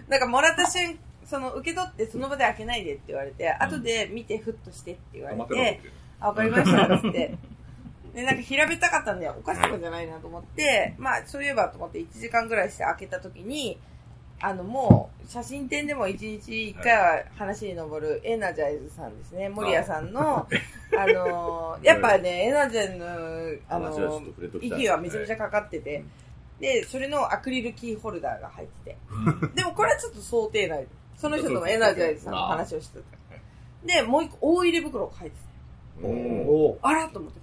なんかもらった瞬その受け取ってその場で開けないでって言われて、後で見てフッとしてって言われ黙ってろってて、。あ、わかりましたっつって。で、なんか平べったかったんで、お菓子とかじゃないなと思って、まあそういえばと思って1時間ぐらいして開けた時に、あのもう写真展でも1日1回は話に上るエナジャイズさんですね、森谷さん の、あのーやっぱね、エナジャイズの、あ話はちょのっと触れときたい息がめちゃめちゃかかってて、で、それのアクリルキーホルダーが 入ってて、でもこれはちょっと想定内。その人ともエナジャイズさんの話をしてた。で、もう一個大入れ袋が入ってて、の。おーおあらと思って、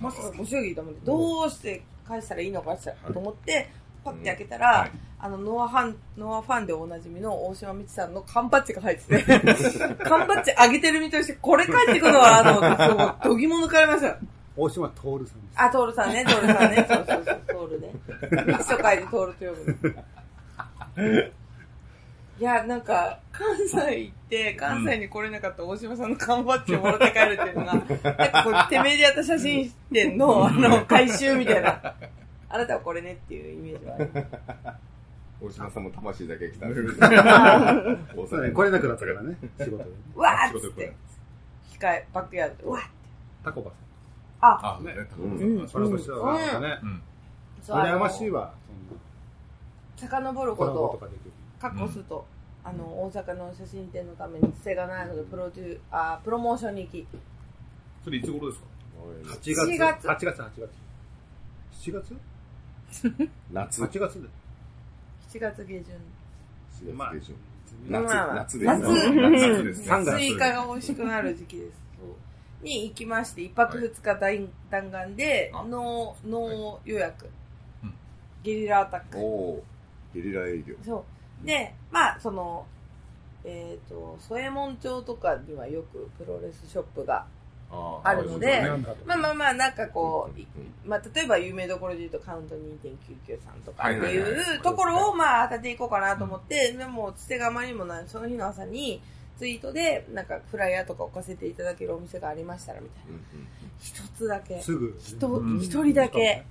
まさかご祝儀と思って、どうして返したらいいのかしらと思って、パッて開けたら、あの、ノアファン、ノアファンでおなじみの大島みちさんの缶バッジが入ってて、缶バッジあげてる身として、これ返ってくるのは、あの、そう、どぎも抜かれました。大島徹さんです。あ、トールさんね、トールさんね。 そうそうそう、トールね。初回でトールと呼ぶの。いや、なんか、関西行って、関西に来れなかった大島さんの缶バッジをもらって帰るっていうのが、なんかこう、てめえでやった写真展の、あの、回収みたいな。あなたはこれねっていうイメージはあります。大島さんも魂だけ来た。大 そうだ阪ね、に来れなくなったからね、仕事でね。わあーっ仕つっ事で来れて、機械、バックヤードで、うわーって。タコバさあ、あ、ね、うんん。それこそ、なんかね、うん。そう、あ羨まの、しいわ。遡るそんなコこラボとと、かできる。カッコすると、あの、大阪の写真展のために、瀬がないので、プロデュー、あ、プロモーションに行き、それいつ頃ですか8 7月。月8月、8月。7月夏。 ?8 月で。 7月下旬。まあ夏でしょ、まあまあ夏、夏で夏夏ですね。三ス月イカが美味しくなる時期です。に行きまして、一泊二日弾弾丸で、あ脳、脳予約うん。ゲリラアタッおク。おーゲリラ営業。そう。で、まあ、その、えっ、と、添右衛門町とかにはよくプロレスショップが、ああるのでなんかまあまあまあ、なんかこう、いうんまあ、例えば有名どころで言うとカウント2.993とかっはていはいはいいうところをまあ当てていこうかなと思って、でも、つてがあまりにもない、その日の朝にツイートで、なんかフライヤーとか置かせていただけるお店がありましたらみたいな。うんうん一つだけ。すぐ。一うん一人だけ。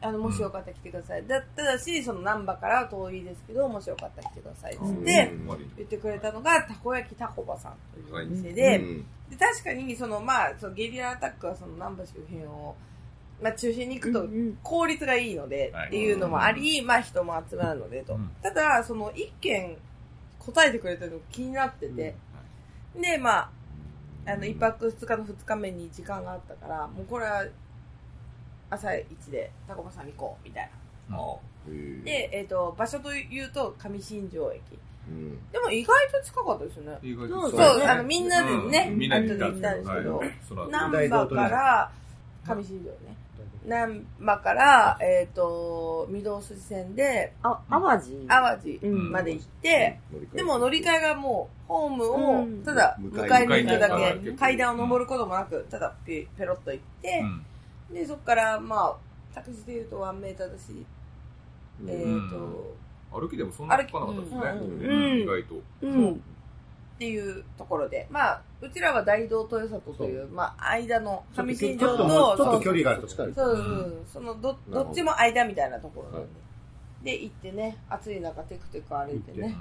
あの、もしよかったら来てください。だただし、その難波からは遠いですけど、もしよかったら来てくださいっつっうてん言ってくれたのが、たこ焼きたこばさんというお店うで、んで確かにその、まあ、そのゲリラアタックはその難波周辺を、まあ、中心に行くと効率がいいのではいっていうのもあり、まあ、人も集まるのでと、うんただその一件答えてくれたの気になってて、でまああの1泊2日の2日目に時間があったからもうこれは朝一でタコパさんに行こうみたいあへーなで、えー、と場所というと上新庄駅うんでも意外と近かったですよね意外そうそそうう、ねあのみんなでね、みんな後にで行行っったたんでんですすけけどど、、その後難大道波とから上新庄ね難波から、えっ、と、御堂筋線で、あ、淡路淡路うんまで行って、、でも乗り換えがもう、ホームうをん、ただ、迎迎ええにに行く行くだだけけ、階段を登ることもなく、ただペ、ペロッと行って、うんで、そこから、まあ、タクシーで言うとワンメーターだし、うんえっ、と、歩きでもそんなにかかなかったですね。うんうん意外と。うん。っていうところで、まあ、うちらは大道豊里という、まあ、間の、ちょっと上新ちょ庄っと、とちょっと距離があるとそこっちかそうそうそう、そのどなるほどどっちも間みたいなところなんで、で、行ってね、暑い中、テクテク歩いて行っね。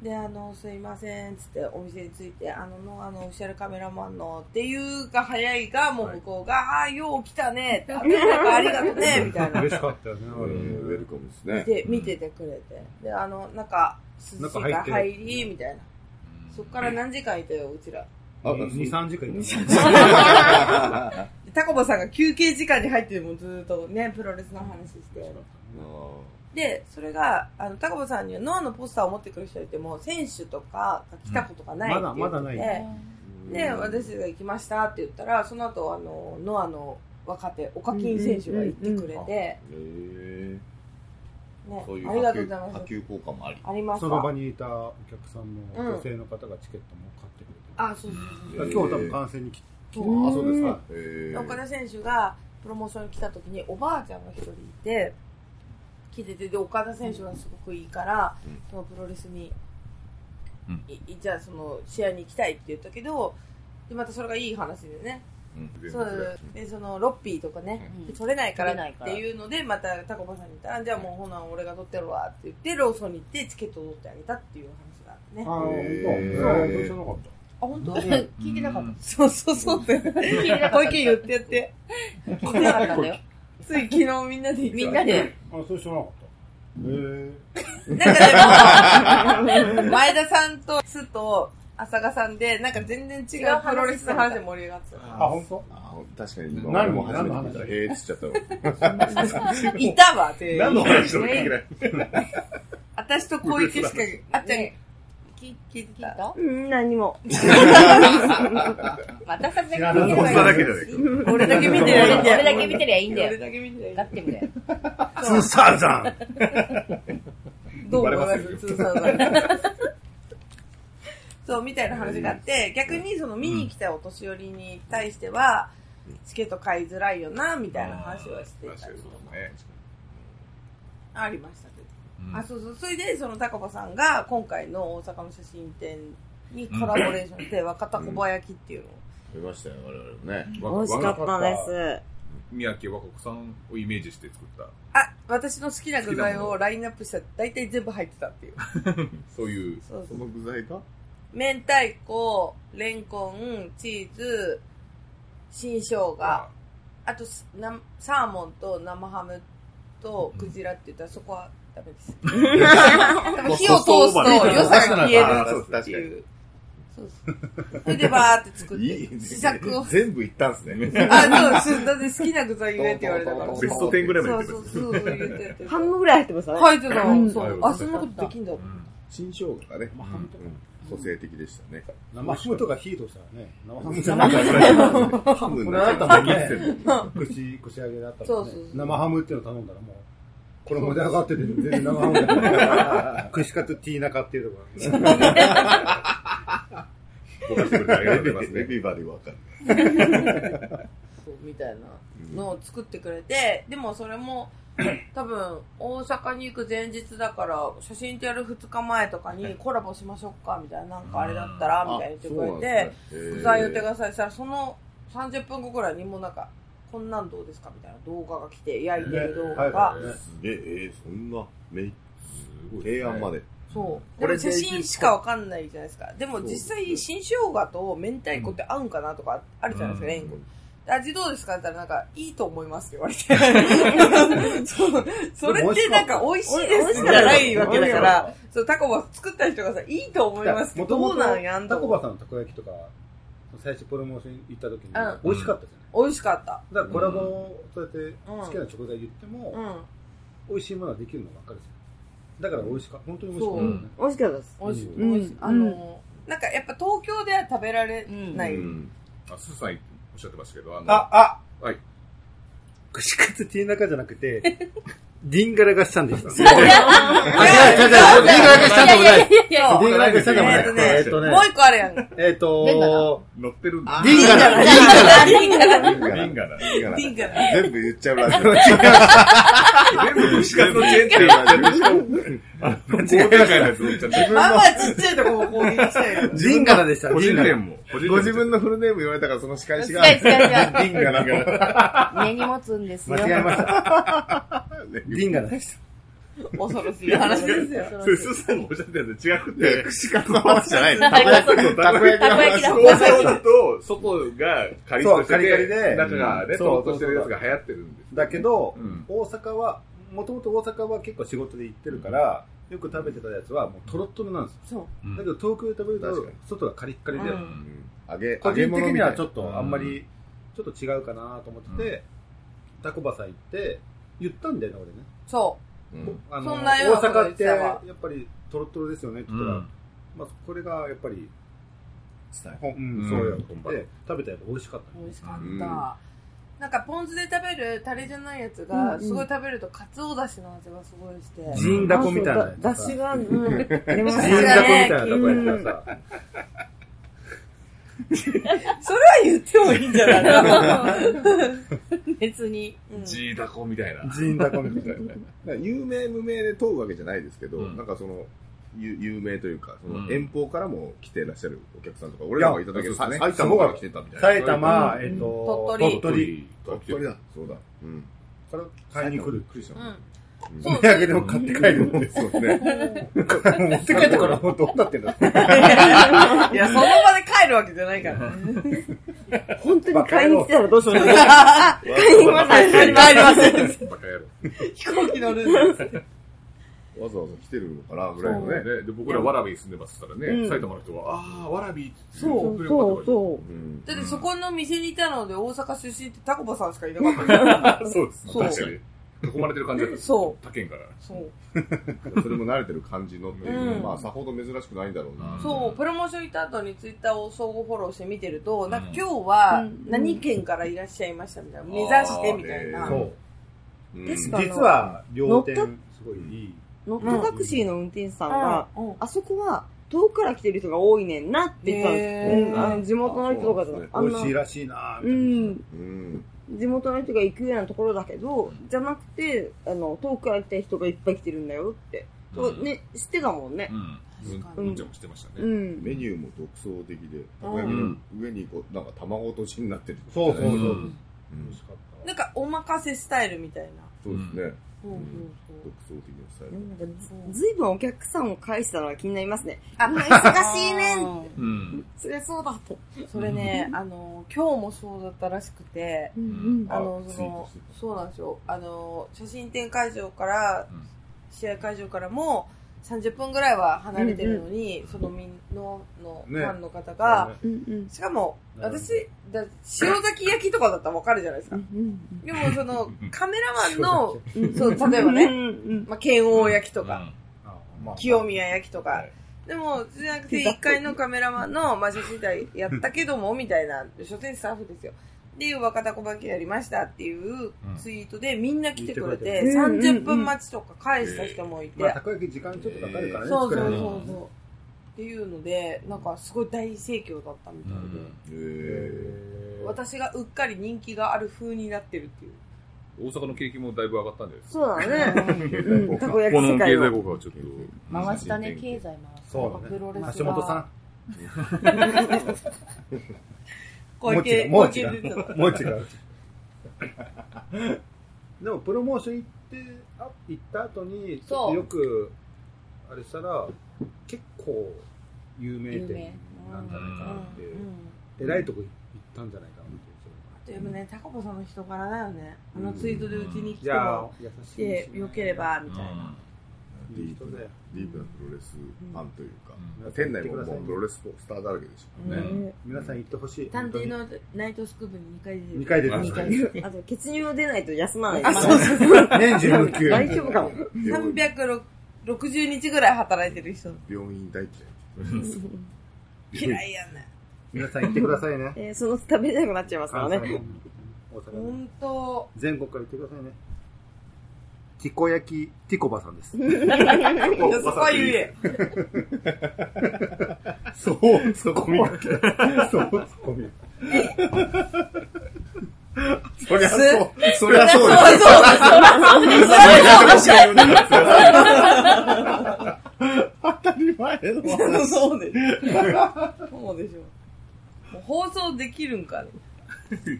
で、あの、すいません、つって、お店に着いて、あの、の、あの、オフィシャルカメラマンの、っていうが早いが、もう向こうが、ああー、よう来たね、って、あありがとう ね、みたいな。嬉しかったよね、ウあれェルカムですね。で、見ててくれて。で、あの、なんか、涼しいから中入入り、みたいな。そっから何時間いたよ、うちら。あ2、3時間いたねでタコボさんが休憩時間に入ってもずーっとね、プロレスの話して。で、それが、あの、タコボさんには脳のポスターを持ってくる人いても、選手とかが来たことがないって言ってて、うんまだまだな で、私が行きましたって言ったら、その後、あの、ノアの若手、オカキン選手が行ってくれて、ね、えそういうあり波及がとうございます波。及効果もあり。ありますその場かにいたお客さんも、うん女性の方がチケットも買ってくれて、あ、そうそうだから今日多分観戦に来て、そうあそう。そうですか、え岡田選手がプロモーションに来た時におばあちゃんが一人いて来ててで岡田選手がすごくいいから、うんそのプロレスに、うんいいじゃあその試合に行きたいって言ったけどでまたそれがいい話でねそうでそのロッピーとかね、うん取れないか取れらないっからていうのでまたタコパさんに言ったらじゃあもうほな俺が取ってるわって言ってローソンに行ってチケットを取ってあげたっていう話があってねああ、本当、えーそう、本当知らなかった。あ本当聞いてなかった。そうそうそう って小 池言ってやって聞いてなかったんだよ。つい昨日みんなで行ったみんなで、あ、それ知らなかった。えなんかでも、前田さんとスと浅賀さんで、なんか全然違うプロレスの話で盛り上がってー、た。あ、本当あ確かに、何も初めて聞いた。ええっつっちゃったわ。 いたわ、っていう。何の話だったっけな私と小池しか、あっちゃん、聞聞いて聞いた。たうん、何も。おっさんだけじゃない知らないい私たちだけ聞てないか。俺だけ見てりゃいいんだよ。俺だけ見てりゃいいんだ俺よ。だけ見てりゃいいんだガよッ。てみだよ。ツーサーザンどう思いバまレますす通算はそう、みたいな話があって、逆にその見に来たお年寄りに対しては、チケット買いづらいよな、みたいな話はしてたりとかありましたけど。あ、そうそう。それで、その、タコパさんが、今回の大阪の写真展にコラボレーションして、若田小林っていうのを。出ましたよ、我々もね。美味しかったです。宮城和子さんをイメージして作った、あ、私の好きな具材をラインナップしたら、大体全部入ってたっていう。そういう、 そうそそ。うの具材が明太子、レンコン、チーズ、新生姜、あとすな、サーモンと生ハムとクジラって言ったら、そこはダメ です。多分火を通すと良さが 消えるっていう。そうそう。それでバーって作っ いいて、試作を全部いったんすね。あ、そう、そうだって好きな具材言えって言われたから。ベスト10ぐらいまそうでそうそう、そう言ってて。半分ぐらい入ってましたね。入ってたうの。んそう。あ、そんなことできんだ。新生姜がね、個性的でしたね。生ハムとかヒートしたらね、生ハムじゃななんくかて、ハムこのれあったもんね、串、串揚げだったそもうんねそうそう。生ハムっていうの頼んだらもう、これ盛り上がって て、全然生ハムじゃない。串カツティーナカっていうところ。レビレビバでわかる。そうみたいなのを作ってくれて、でもそれも、多分、大阪に行く前日だから、写真とやる2日前とかにコラボしましょうか、みたいな、なんかあれだったら、みたいに言ってくれて、具材言ってください。そしたら、その30分後くらいにもうなんか、こんなんどうですかみたいな動画が来て、焼いてる動画が。ねすげえ、えそんな、め、提案まで。そう。こでれも写真しかわかんないじゃないですか。でも実際、新生姜と明太子って合うんかなとかあるじゃないですか、レンコン。味どうですかって言ったら、なんか、いいと思います って言われて。そうそれってなんか、美味しいですじゃないわけだから、そう、タコは作った人がさ、いいと思いますって、どうなんやんタとコ思バって。さんのたこ焼きとか、最初プロモーション行った時にうん、美味しかったじゃない。美味しかった。だからコラボをそうやってうん好きな食材言っても、うん。美味しいものができるのばっかりですよだから美味しか、本当に美味しかったよね。美味しかったです。美味しい。うん美味しい。あの、なんか、やっぱ東京では食べられない。あ、スーさんおっしゃってましたけど、あの、あ、あはい。串カツティーナカじゃなくて、 ディンガラがしたんでした。ディンガラがいやいやいやいや。したでもない。ええっとねもう、一個あるやん。デえっディンガラと、乗ってるんだ。ディンガラ、ディンガラ。リンガだ。リンガだ。ィンガ全部言っちゃうらしい。全部虫かのチェーン店。間違えないやつ言っちゃって。まあまあちっちゃいとこを攻撃したい よ。ディンガラでした、デ個ィ人ンガ店ラ。も。ご自分のフルネーム言われたからその仕返しが。リンガだから。根に持つんですよ。間違えました。デディンガラでした。恐ろしい話ですよ。それ、スーさんがおっしゃったやつ違くいや、て、串カツの話じゃないの。たこ焼きのたこたこ焼焼ききだの工場だと、外がカリッとしてそうカリカリてで、中がね、うんトロッとしてるやつが流行ってるんです。だけど、うん大阪は、もともと大阪は結構仕事で行ってるから、よく食べてたやつはもうトロットロなんですよ。そう。うんだけど東京で食べる確とかに、外がカリッカリで、うん揚げ、個揚げ人的物みにたはいちょっとあんまり、ちょっと違うかなと思ってて、タコバサ行って、言ったんだよね、俺ね。そうんあそのんなような大こと阪言っってて、たわやっぱりトロットロですよねって言ったら、まあ、これがやっぱり、伝ほんうんうんそうよ、本場で食べたやつ美味しかっう。美味しかった。うんなんか、ポン酢で食べるタレじゃないやつうんうが、んすごい食べると、カツオだしの味がすごいして。ジンダコみたいなやつだしが、うん、ありまた。すジン汁ダだこコみたねいなとこやったらさ、それは言ってもいいんじゃないかな。別に。うんジーダコみたいな。ジンダコみたいな。だから有名無名で問うわけじゃないですけど、うんなんかその、ゆ有名というか、そうんの遠方からも来てらっしゃるお客さんとか、俺らがいた時いやはそうですね埼玉から来てたみたいな。埼玉、えっと、鳥取鳥取鳥取だ。そうだ。うん。から買いに来る。来るじゃ。うんん。うんそうお土産でも買って帰るんで。そうね。持って帰ってからもうどうなってんだって。いや、その場で帰るわけじゃないからね。本当に買いに来たらどうしようもない。買いません帰帰りりませバカ野郎。飛行機乗るんです。わざわざ来てるのかな、ぐそらういのね。ね。で、僕らわらび住んでますからうね、ん埼玉の人は、ああ、わらびって言ってそくれうる方そがういるそう。うんだってそこの店にいたので、大阪出身ってタコバさんしかいなかったかそうです。そう確かに。囲まれてる感じだっら。た。そ他県から。う。そう。それも慣れてる感じのっていう、うんまあさほど珍しくないんだろうな。そう、プロモーション行った後にツイッターを相互フォローして見てると、んなんか今日はうん何県からいらっしゃいましたみたいな、ん目指してみたいな。あーそねう。うんですか実は、両店、すごいいい。ノットタクシーの運転手さんが、うんうんあそこは遠くから来てる人が多いねんなって言ってたんですへよーうんあの。地元の人とかじゃない。あ美ん味なしいらしいなぁうみん。うん。地元の人が行くようなところだけど、じゃなくて、あの、遠くから来た人がいっぱい来てるんだよって。そううんね、知ってたもんねう。ん。ううんんちゃんもしてましたうね。ん。メニューも独創的で、たこ焼きの上にこう、なんか卵落としになってる。そうそうそううんうん美味しかった。なんかお任せスタイルみたいな。そうですね。うんうんう独ん創的なスタイでルも。なんかずずいぶんお客さんを返したのが気になりますね。ああ、忙しいねんって。うん。そりゃそうだと。それね、あの、今日もそうだったらしくて、んあの、あそのツイートして、そうなんですよ。あの、写真展会場から、うん試合会場からも、30分ぐらいは離れてるのに、そのみんなのフねァンの方が、うんうん。しかも、なるほど私、だ塩崎焼きとかだったらわかるじゃないですうか。んでも、その、カメラマンの、うんうん。そう、例えばうね、んうんまあ、剣王焼きとか、。あまあ清宮焼きとはかい、でも、じゃなくて、1階のカメラマンの、まあ、写真隊やったけども、みたいな、書店スタッフですよ。で、若田小判やりましたっていうツイートで、みんな来てくれて、うん30分待ちとか返した人もいてまあ、、たこ焼き時間ちょっとかかるからね、そうそう作そるうのにそう。っていうので、なんか、すごい大盛況だったみたいで。へへー私がうっかり人気がある風になってるっていう。大阪の景気もだいぶ上がったんじゃないですそうだね。ーうん たこ焼きこの世経済界効は。果はちょっと。回したね、経済回した。そうだプロレスがね。橋本さん。こういう系、もうこう違いう系出てたう。もう違う。でも、プロモーション行って、あ行った後に、ちょっそうとよく、あれしたら、結構、有名店なんじゃないかなってうんいう。偉いとこ行ったんじゃないかなっていう。でもね、タコポさんの人柄だよね。あのツイートでうちに来じてゃあも、、優来しいでてすね。よければ、みたいな。デいィいー人プなだよ。、ディープなプロレスファンというか、うん店内ももうプロレススターだらけでしょ。ねね皆さん行ってほしい。探偵のナイトスクープに2回出てる。 2回出てまるす二回あと、血尿出ないと休まない。年中級。大丈夫かも。病院360日ぐらい働いてる人。病院大嫌い。嫌いやね。皆さん行ってくださいね。えーその食べれなくなっちゃいますから関西ね。大阪ほねんと。全国から行ってくださいね。ティコ焼き、ティコバさんでそす。こは言え。 そう、そこ見かけ。そう、そこ見そりゃそう。そりゃそうです。そうでしょ。そうでしょ。もう放送できるんかね。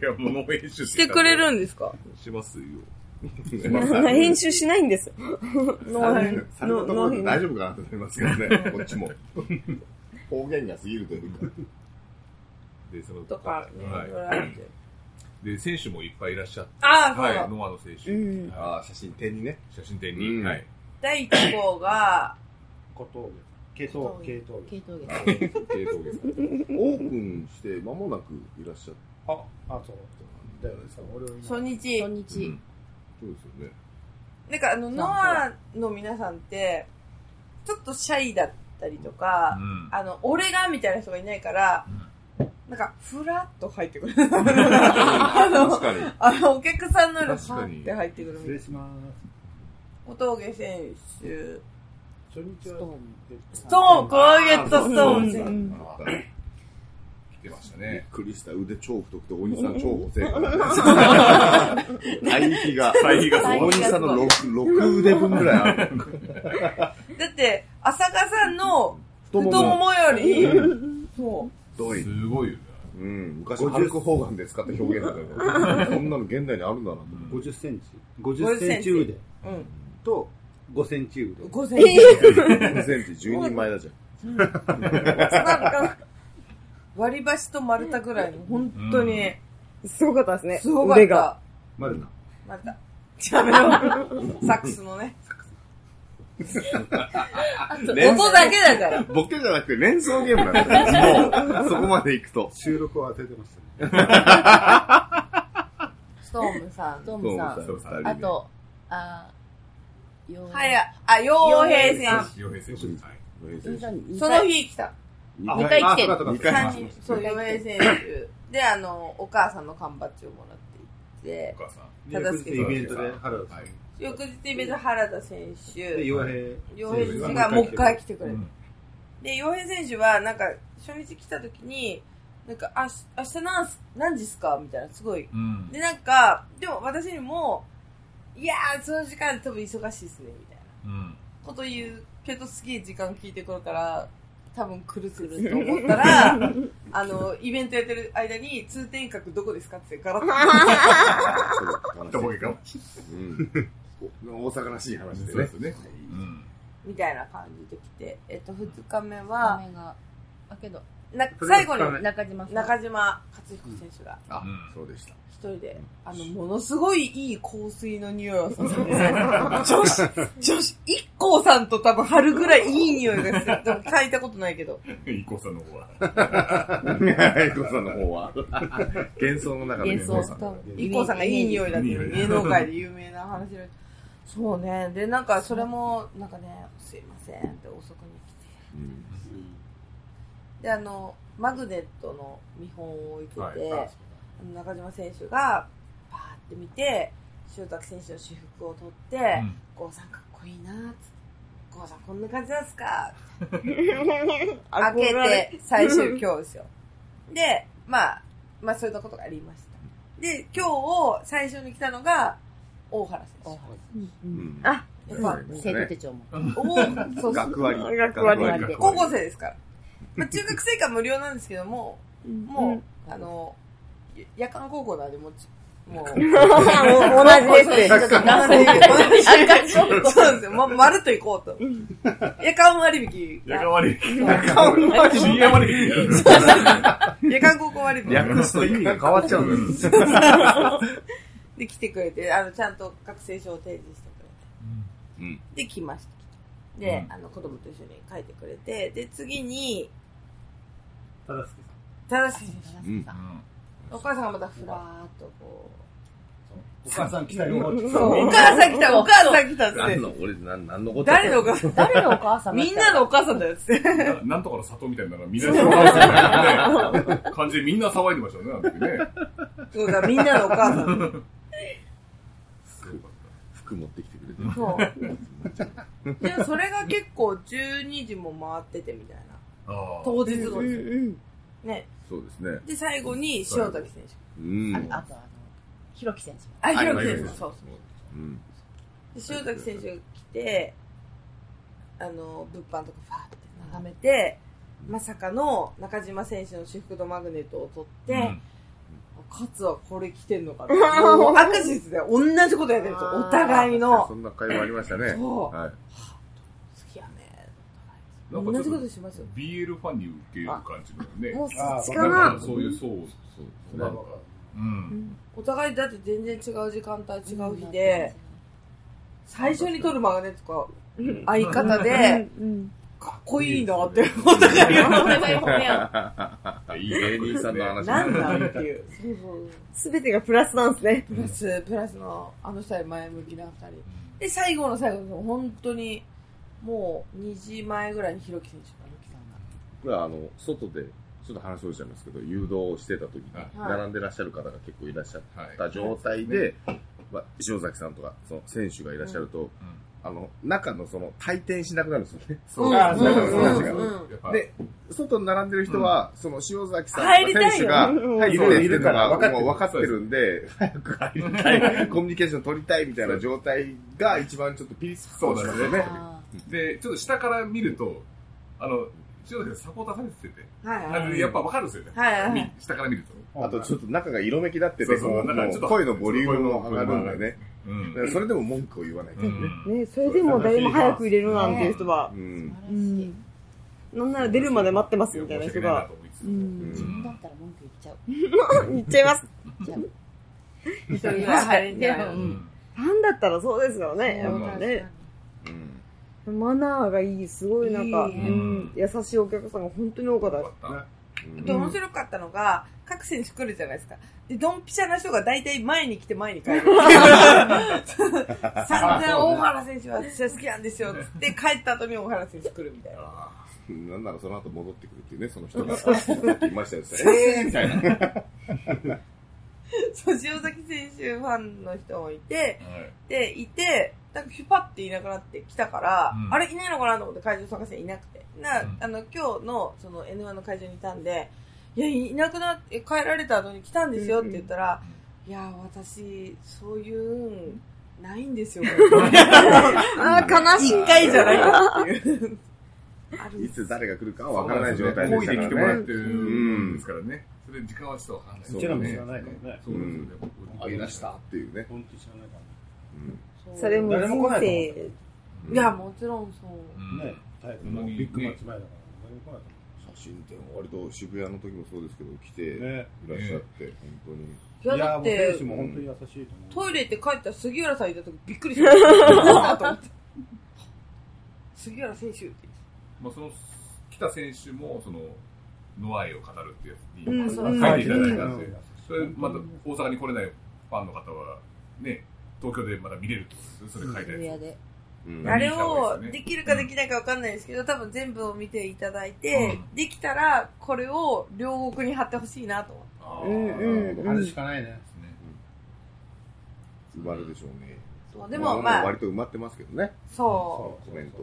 いや、もう編集してくれるんですかしますよ。 編集しないんです。ノさーれされたところで大丈夫かなってなりますけどね、こっちも。方言が過ぎるというか。で、その、とかね、はいいろいろあるんでで、選手もいっぱいいらっしゃって、あーそうはい、だノアの選手、うんああ、写真展にね。写真展うに、んはい、第一号が、こと、系統、系統。系統あです。の経頭ですねオープンして間もなくいらっしゃっあ、あ、そう。だよね、そう俺は初今。日初、た。日。そうですよね。なんかあの、ノアの皆さんって、ちょっとシャイだったりとか、うんあの、俺がみたいな人がいないから、なんか、ふらっと入ってくる。あ確の、かに。あのお客さんのより確パかにッて入ってくるみ失たい礼な。します。小峠選手、初日は、ストーン、クワイエットストーンう選ん手。来てましたびっね。くりした腕超太くて、大西さん超補正体比が、対比が大西さんの 6, 6腕分ぐらいある。だって、浅香さんの太太ももも。もより、そう。太い。すごいよね。うん。昔、ハルク・ホーガンで使った表現だ から、そんなの現代にあるんだなと思って。 50センチ。50センチ腕うん。と5センチ腕。 5センチ。 5センチ10人前だじ割り箸と丸太ぐらいの、本当に、すごかったですね。すごかっ腕が。た。まだな。丸太。やめろ。サックスのね。ゃん。連音だけだから。ボケじゃなくて連想ゲームなんだよ。もう、そこまで行くと。収録を当ててましたね。ストームさん。ストームさん。そうそうあ、と、あー、よはや、あ、洋平選洋平選手。はい。二人えでさん手。にその日来た。二回来てるあそうかそうか二三回人、そう、洋平選手。で、あの、お母さんの缶バッジをもらっていってお、母さん。ただ翌すけ日どイベントで原田さはんい。翌日別原田選で、手、洋平。洋平選手がもう一回来てくれうる。んで、洋平選手は、なんか、初日来た時に、なんか、あ、し明日なんす何時っすかみたいな、すごい。うんで、なんか、でも私にも、いやー、その時間多分忙しいっすね、みたいなうん。こと言うけど、すげえ時間聞いてくるから、多分来る来ると思った ら、あの、イベントやってる間に、通天閣どこですかってガラッ とどこ行くかもしうん。大阪らしい話でそうでねす。ねうん。みたいな感じで来て、えっと、2日目は、雨が、だけど、な最後に二日目中島さん。中島克彦選手が、あうん、そうでした。一人で、あの、ものすごいいい香水の匂いをするんですよ。 女子、女子、一光さんと多分春ぐらいいい匂いがする。でも嗅いたことないけど。イコさんの方は。エコさんの方は。幻想の中のエ幻コ想さスんトーのム。一光さんがいい匂いだっていう芸能界で有名な話で。そうね。で、なんかそれも、なんかね、すいませんって遅くに来て。うんで、あの、マグネットの見本を置いてて、はいあの中島選手がパーって見て、塩崎選手の私服を取って、郷さんかっこいいなーっつって。郷さんこんな感じなんすか開 けて、最終今日ですよ。で、まあ、まあそういったことがありました。で、今日を最初に来たのが、大原選うんあ手。やっぱ、生徒手帳も。おーそうそう。学割。学割割で高校生ですから。まあ中学生以下無料なんですけども、もう、あの、や夜間高校なんで、もうち、も う、もう同じですね。なので、そうですよ。ま、まるっと行こうと。夜間割引やがか。わり。夜間割引深夜割り。夜間高校割引。略すと意味が変わっちゃうんだよ。で来てくれて、あの、ちゃんと学生証を提示してくうれんて。で、来ました。で、うんあの、子供と一緒に書いてくれて、で、次に、ただすけただし、うんお母さんがまたふらーっとこさん。お母さん来たよ。う、お母さん来た、お母さん来たっつっ何て。の、俺、なんなんのこと誰のお母さん誰のお母さんみんなのお母さんだよっつって。ななんとかの里みたいなのがみんなで騒いでたみたいなね感じでみんな騒いでましたよね、なんてね。 そうだ、みんなのお母さん。すごかっ服持ってきてくれて。そう。で、それが結構12時も回っててみたいな。たあー当日のですよね。そうですね。で、最後に塩崎選手。うん。ああと、あの、ひろき選手も。あ、はいひろき選手。はいそうそう。うん。で塩崎選手が来て、あの、物販とかファーって眺めて、まさかの中島選手の私服とマグネットを取って、うんおカツはこれ着てんのかって。もうアクシスで同じことやってるんですよ。お互いの。そんな会話ありましたね。そうはい。好きやね。な同んかちょっじとことしますよ。 BL ファンに受ける感じだよね。もうそっちあかなーんなか。そういう、そう、そう、そうなのか。うん。お互いだって全然違う時間帯違う日で、最初に撮るマガネとか、相方で、かっこいいなって思ったから言 われないもんね。いい芸人さんの話なんなんっていう。そうそう。すべてがプラスなんですね。プラス、プラスの、あの二人前向きな二人。で、最後の最後の、本当に、もう2時前ぐらいにひろき選手が来たんだ。僕ら、あの、外で、ちょっと話をしちゃいますけど、誘導してた時に、はい並んでらっしゃる方が結構いらっしゃっはい。た状態で、まあ、塩崎さんとか、その選手がいらっしゃると、あの、中のその、回転しなくなるんですよね。そうあー中のそう話そうが。うんやっぱ、で、外に並んでる人は、その塩崎さん入りとたかい選手よが入ってるいるから分分かってるもう分かってるんで、早く入りたい、コミュニケーション取りたいみたいな状態が一番ちょっとピリつくそうですよね。あで、ちょっと下から見ると、あの、塩崎さんサポーターされてて、ーはいあはい。のやっぱわかるんですよね。はいはいはみい。下から見ると。あとちょっと中が色めきだってそて、うそうこうなんもかちょっうと声のボリュームも上がるんだよね。うんだからそれでも文句を言わないとうね。んねそれでも誰も早く入れるなんていう人はう、ん。うん。なんなら出るまで待ってますみたいな人が、。う自分だんったら文句言っちゃう。言っちゃいます。じゃあ一人は入れんじゃないのううんんファンだったらそうですよね、やそっうぱだね。うんマナーがいい、すごいなんか、いいねうん優しいお客さんが本当に多かったよです。かったねあうとん面白かったのが、各選手来るじゃないですか。で、ドンピシャな人が大体前に来て前に帰 る。散々大原選手は私は好きなんですよ。つって帰った後に大原選手来るみたいな。なんならその後戻ってくるっていうね、その人が。さっきいましたよね。えーみたいな。そう、塩崎選手ファンの人もいて、はいで、いて、なんかヒュパっていなくなってきたから、うんあれいないのかなと思って会場探していなくて。な、うんあの、今日のその N1 の会場にいたんで、いや、いなくなって、帰られた後に来たんですよって言ったら、いや、私、そういうん、ないんですよ。あー、悲しい。一回じゃないかっていう。あるいつ誰が来るかは分からない状態で行し為たで来かてもららっね。てるんですからね。それで時間はちょっとわかんない。うちらも知らないからねそうですよね。あ、いらしたっていうね。本当に知らないからねそれも誰も人来ないと思生。うんいや、もちろんそう。うんね、タイプのビッグマッチ前だから、何も来ない写真展は割と渋谷の時もそうですけど、来てといら思う。ね。っしゃって、本当に。いや、だっいやもう選手て、も本当に優しいと思う。トイレ行って帰ったら杉浦さんいた時びっくりした。なんだと思って。杉浦選手ってまあ、その、来た選手も、その、ノアイを語るってやつにう書んそういていただいたんで、うんそれ、また大阪に来れないファンの方は、ね、東京でまだ見れるってことですよそれ書いてあ渋るや谷で。うんあれをできるかできないかわかんないですけど、多分全部を見ていただいて、できたらこれを両国に貼ってほしいなと思って。つ。あーうんうんあうれんし。かないね。埋まるでしょうね。そうでもうまあ、割と埋まってますけどね。そう。コメント。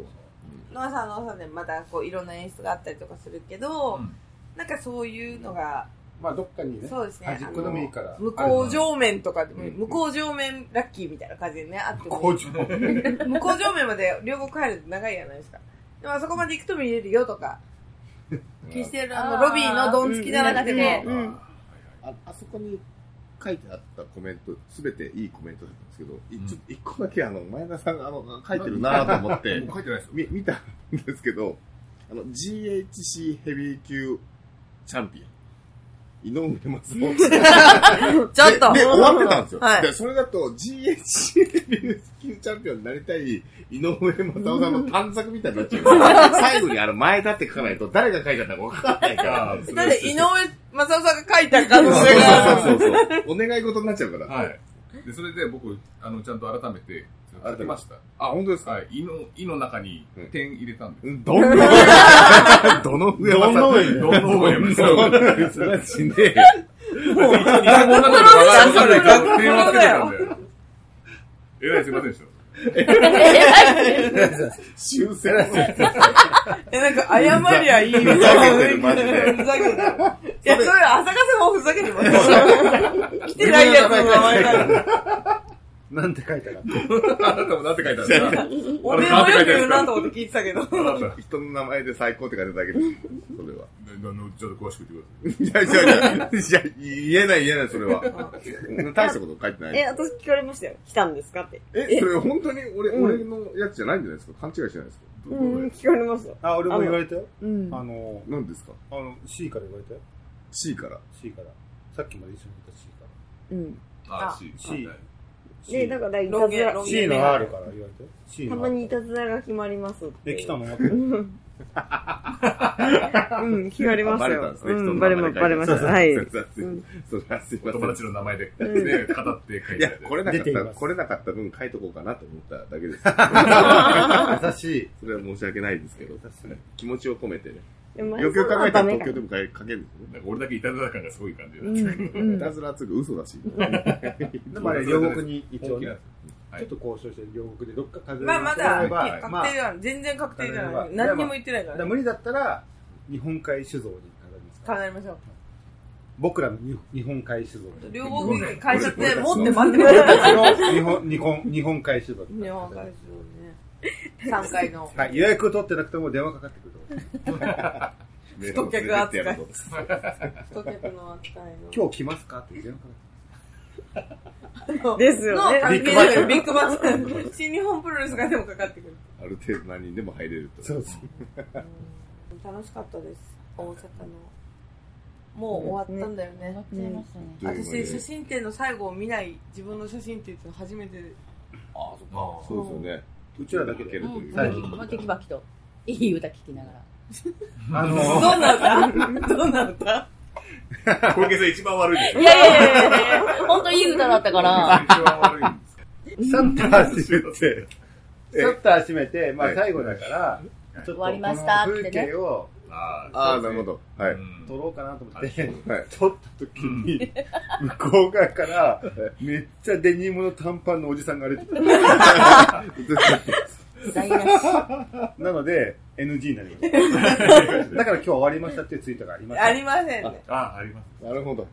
ノアさんはノアさんでまたこういろんな演出があったりとかするけど、うんなんかそういうのが、まあ、どっかにね、そうですね端っこでもいいから。向こう上面とかでも、うん向こう上面ラッキーみたいな感じでね、あってもいい工場。向こう上面まで両国入ると長いじゃないですか。でもあそこまで行くと見れるよとか、決してあのあーロビーのドン付きじゃなくても、うんうんああそこに書いてあったコメント、すべていいコメントだったんですけど、いちょっと一個だけあの、前田さんがあの書いてるなぁと思ってもう、書いてないですよ。み見たんですけど、あの、GHC ヘビー級チャンピオン、井上正雄。 ちょで、っとで終わってたんですよ。はいで、それだと GHC ヘビー級チャンピオンになりたい井上正雄さんの短冊みたいになっちゃう から。最後にあの、前だって書かないと誰が書いてあったか分かんないから。だ って井上正雄さんが書いた可能性があそる。うそうそうそう。お願い事になっちゃうから。はい。で、それで僕、あの、ちゃんと改めて、書きました。あ、本当ですかはい。胃の、胃の中に点入れたんでうんどんな、どの上はさ、どの上どの上はさ、すなわちね、す。いや、こんなことわかんないから、点をつけてたんだよ。えらいすいませんでした。修正らしい。 え、なんか謝りゃいいみたいふな。ざけてるマジでふざけてる。いや、そういう浅香さんもふざけてますよ。来てないやつの名前だ。なんて書いたか。あなたもなんて書いてあるんだおめえもよく言うなと思って聞いてたけど。人の名前で最高って書いてただけです。それは。ななちょっと詳しく言ってくだいや、いや、いや、いや、言えない言えない、それは。大したこと書いてない。え、私聞かれましたよ。来たんですかって。え、それ本当に俺、俺のやつじゃないんじゃないですか勘違いしてないですかうーん、聞かれました。あ、俺も言われたよ。うん。あの、何ですかあの、C から言われたよ。 ?C から。 C から。さっきまで一緒にいた C から。うん。さい。ああ、し、しはい C で、だから、いたずらロ、ン毛 C の R から言われたよ。C の R たまにいたずらが決まりますって。え、来たの待っうてん。うん、聞かれましバたレたよんです。ね。う人のん、バ名レ前ま、でバレました。はい。そううそうそううんそれはすいおません友達の名前で、んね、語って書いいてあやる。、これなかっ出ていた、ますこれなかった分書いとこうかなと思っただけです。優しい。それは申し訳ないですけど、気持ちを込めてね。でもよくよく考えたらまあ東京でも書け書けるんですね。なんか俺だけいたずら感がすごい感じうん、うんいたずらつぐ嘘だし。でもあれ、両国に一応ね、はいちょっと交渉して両国でどっか風 まあ、まがだ、吹けば確まあ定じゃん。全然確定じゃまなあい。何にも言ってないかだかららね。無理だったら、日本海酒造に飾りますから。叶えましょう。僕らの日日本海酒造に。両国に会社って持って待ってくれた。の日本、日本、日本海酒造に日本会社ね。3階の。はい、予約を取ってなくても電話かかってくると思う。太客扱メいールを連れてってやるぞ太客の扱いの。今日来ますかって電話かかってですよね。のビッグマッチビッグマッチ。新日本プロレスがでもかかってくる。ある程度何人でも入れると。そうそう。楽しかったです。大阪の。もう終わったんだよね。終わっちゃいましたね。ということで私、写真展の最後を見ない自分の写真って言っての初めてで。あ、そそうですよね。うちらだけでるという最後うん、テキバキと、いい歌聞きながら。あの どうなったどうなったうか。小池さん一番悪いでしょいやいやいやい や、本当いい歌だったから。一番悪いんですシャッ ター閉めよて、シャッター閉めて、まはあい最後だから、ちょっとこ終わりまのしたってね風景をあああ、なるほ。ど。ははいい。。撮ろうかなと思って、はい。 撮った時に、向こう側から、めっちゃデニムの短パンのおじさんが出てきた。台無し。なので、NG になりました。だから今日終わりましたっていうツイートがありまし た。ありませんね。あ、あります。なるほど。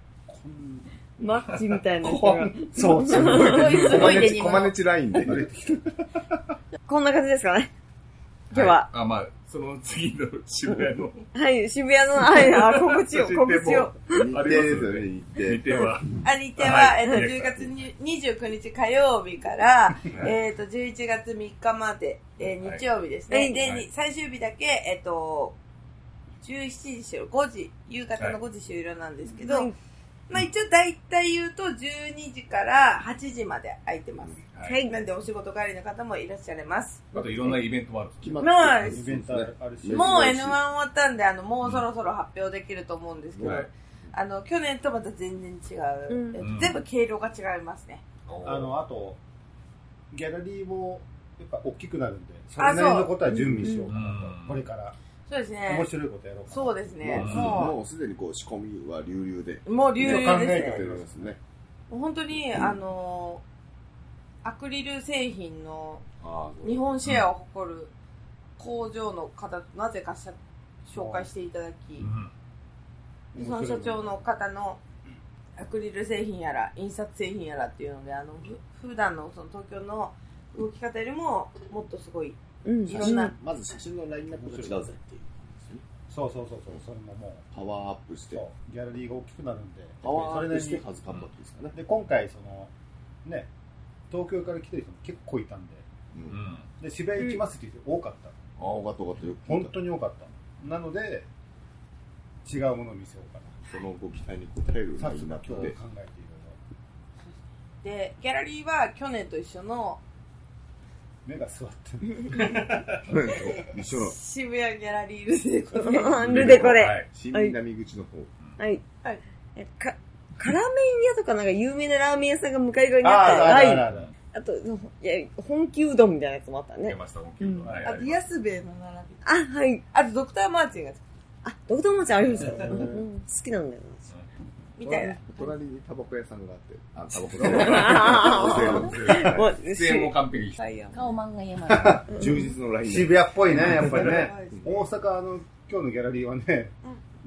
マッチみたいな人が。そう、すごい。すごい、す コごマいネデチ、ニコムマのネ。チラインで。こんな感じですかね。今日は。あ、まあ、その次の渋谷のはい、渋谷の、はい、あ、告 知を、写真告知を。日程ですよね、日日程は、あ、日程は、はいえっと、はい10月に29日火曜日から、えっと、11月3日まで、えーはい日曜日ですはね。いで、はい最終日だけ、えっと、17時終了、5時、夕方の5時終了なんですけど、はいまあ一応大体言うと12時から8時まで空いてます。はいはい。なんでお仕事帰りの方もいらっしゃいます。あといろんなイベントもあるんですよままあ、イベントあるし。もう珍し N1 い終わったんで、あの、もうそろそろ発表できると思うんですけど、はいあの、去年とまた全然違う。うんえっと全部経路が違いますね。あの、あと、ギャラリーも、やっぱ大きくなるんで、それなりのことは準備しようかなうんと。これから、そうですね。面白いことやろうかな。そうですね。うんももうすでにこう仕込みは流々で。う、もう流々考えでてするね。やってますね。本当に、あのー、アクリル製品のあ日本シェアを誇る工場の方、なぜかしゃ紹介していただき、うんその社長の方のアクリル製品やら、印刷製品やらっていうので、あの、ふ普段のその東京の動き方よりも、もっとすごい、うん。いろんな、まず写真のラインナップが違うぜっていう。そうそうそうそう、それももパワーアップしう、てそ、う、ギャラリーが大きくなるんで、パワーアップそしれてなり数カンバットですかねに。。で、今回、その、ね、東京から来てる人も結構いたんで、うん。うんで、渋谷行きますっていう人多かった。あ、おがとがとよく聞い本た。当に多かった。なので、違うものを見せようかな。そのご期待に応えるさ内す容になっがて今日考えていてろいろ。で、ギャラリーは去年と一緒の目が座ってる。一緒の渋谷ギャラリールーでございますうんルデコはで。い。新南口の方。はい。はいえか、辛麺屋とかなんか有名なラーメン屋さんが向かい側にああっあ、たあはるあるい。ある。あと、いや、本気うどんみたいなやつもあった出ね。ました、本気の。はいあと、ヤスベイの並び。あ、はい。あと、ドクター・マーチンが、あ、ドクターマーチンありますよ。うん好きなん だよみたいな。隣にタバコ屋さんがあって。 あ、タバコだ。な。もう出演も完璧にして。はい、顔漫画家まで。充実のラインナップ渋谷っぽいね、やっぱりねはい。大阪の今日のギャラリーはね、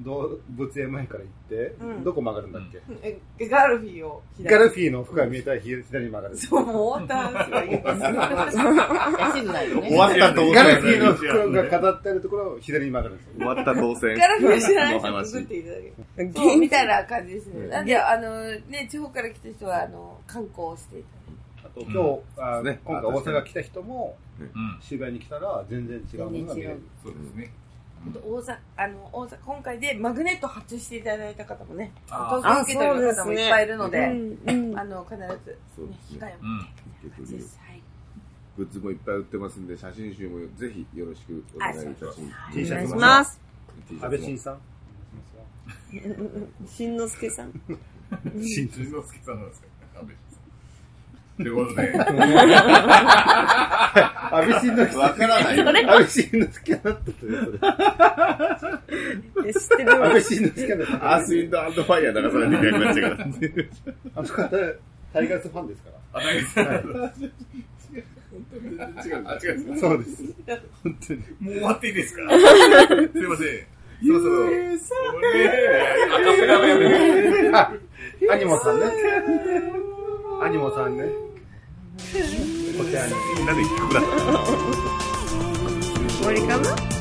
動物園前から行って、うんどこ曲がるんだっけ、えガルフィーを左ガルフィーの服が見えたら左左に曲がる。そう、もう終わった話はいいです。地図ないよね。終わった動ガル線フィーの服が飾ってあるところを左に曲がるんですよ。終わった動線ガルフィーを知らないの人はググっ話。ていただけ元そう気みたいな感じですね。うんなんで、あの、ね、地方から来た人は、あの、観光をしていあと今日、あね今回大阪来た人もうん。渋谷に来たら全然違うものが見える。そうですね。た。大阪、あの、大阪、今回でマグネット発注していただいた方もね、あ投あ、稿受け取る方もいっぱいいるので、あの、必そず、うねで、す機ね会をうん。結発注局して、はい。グッズもいっぱい売ってますんで、写真集もぜひよろしくお願いいたします。 T シおャ願いツしもます。安倍晋三。しんのすけ さん。新之助さんなんですか安倍晋三ということで、安倍晋之助。わからないよ。安倍晋之助だったということで。え知ってる安倍晋之助だった。アースウィンドアンドファイヤー流されていなくなっ ちゃうから。あの方、タイガースファンです から。あ、大丈夫です。違う、あ、違うんですかそうです。本当に。もう終わっていい ですかすいません。そろそろ。 あ、アニモさんね。アニモさんね。お手洗い。なんで聞くだ森かな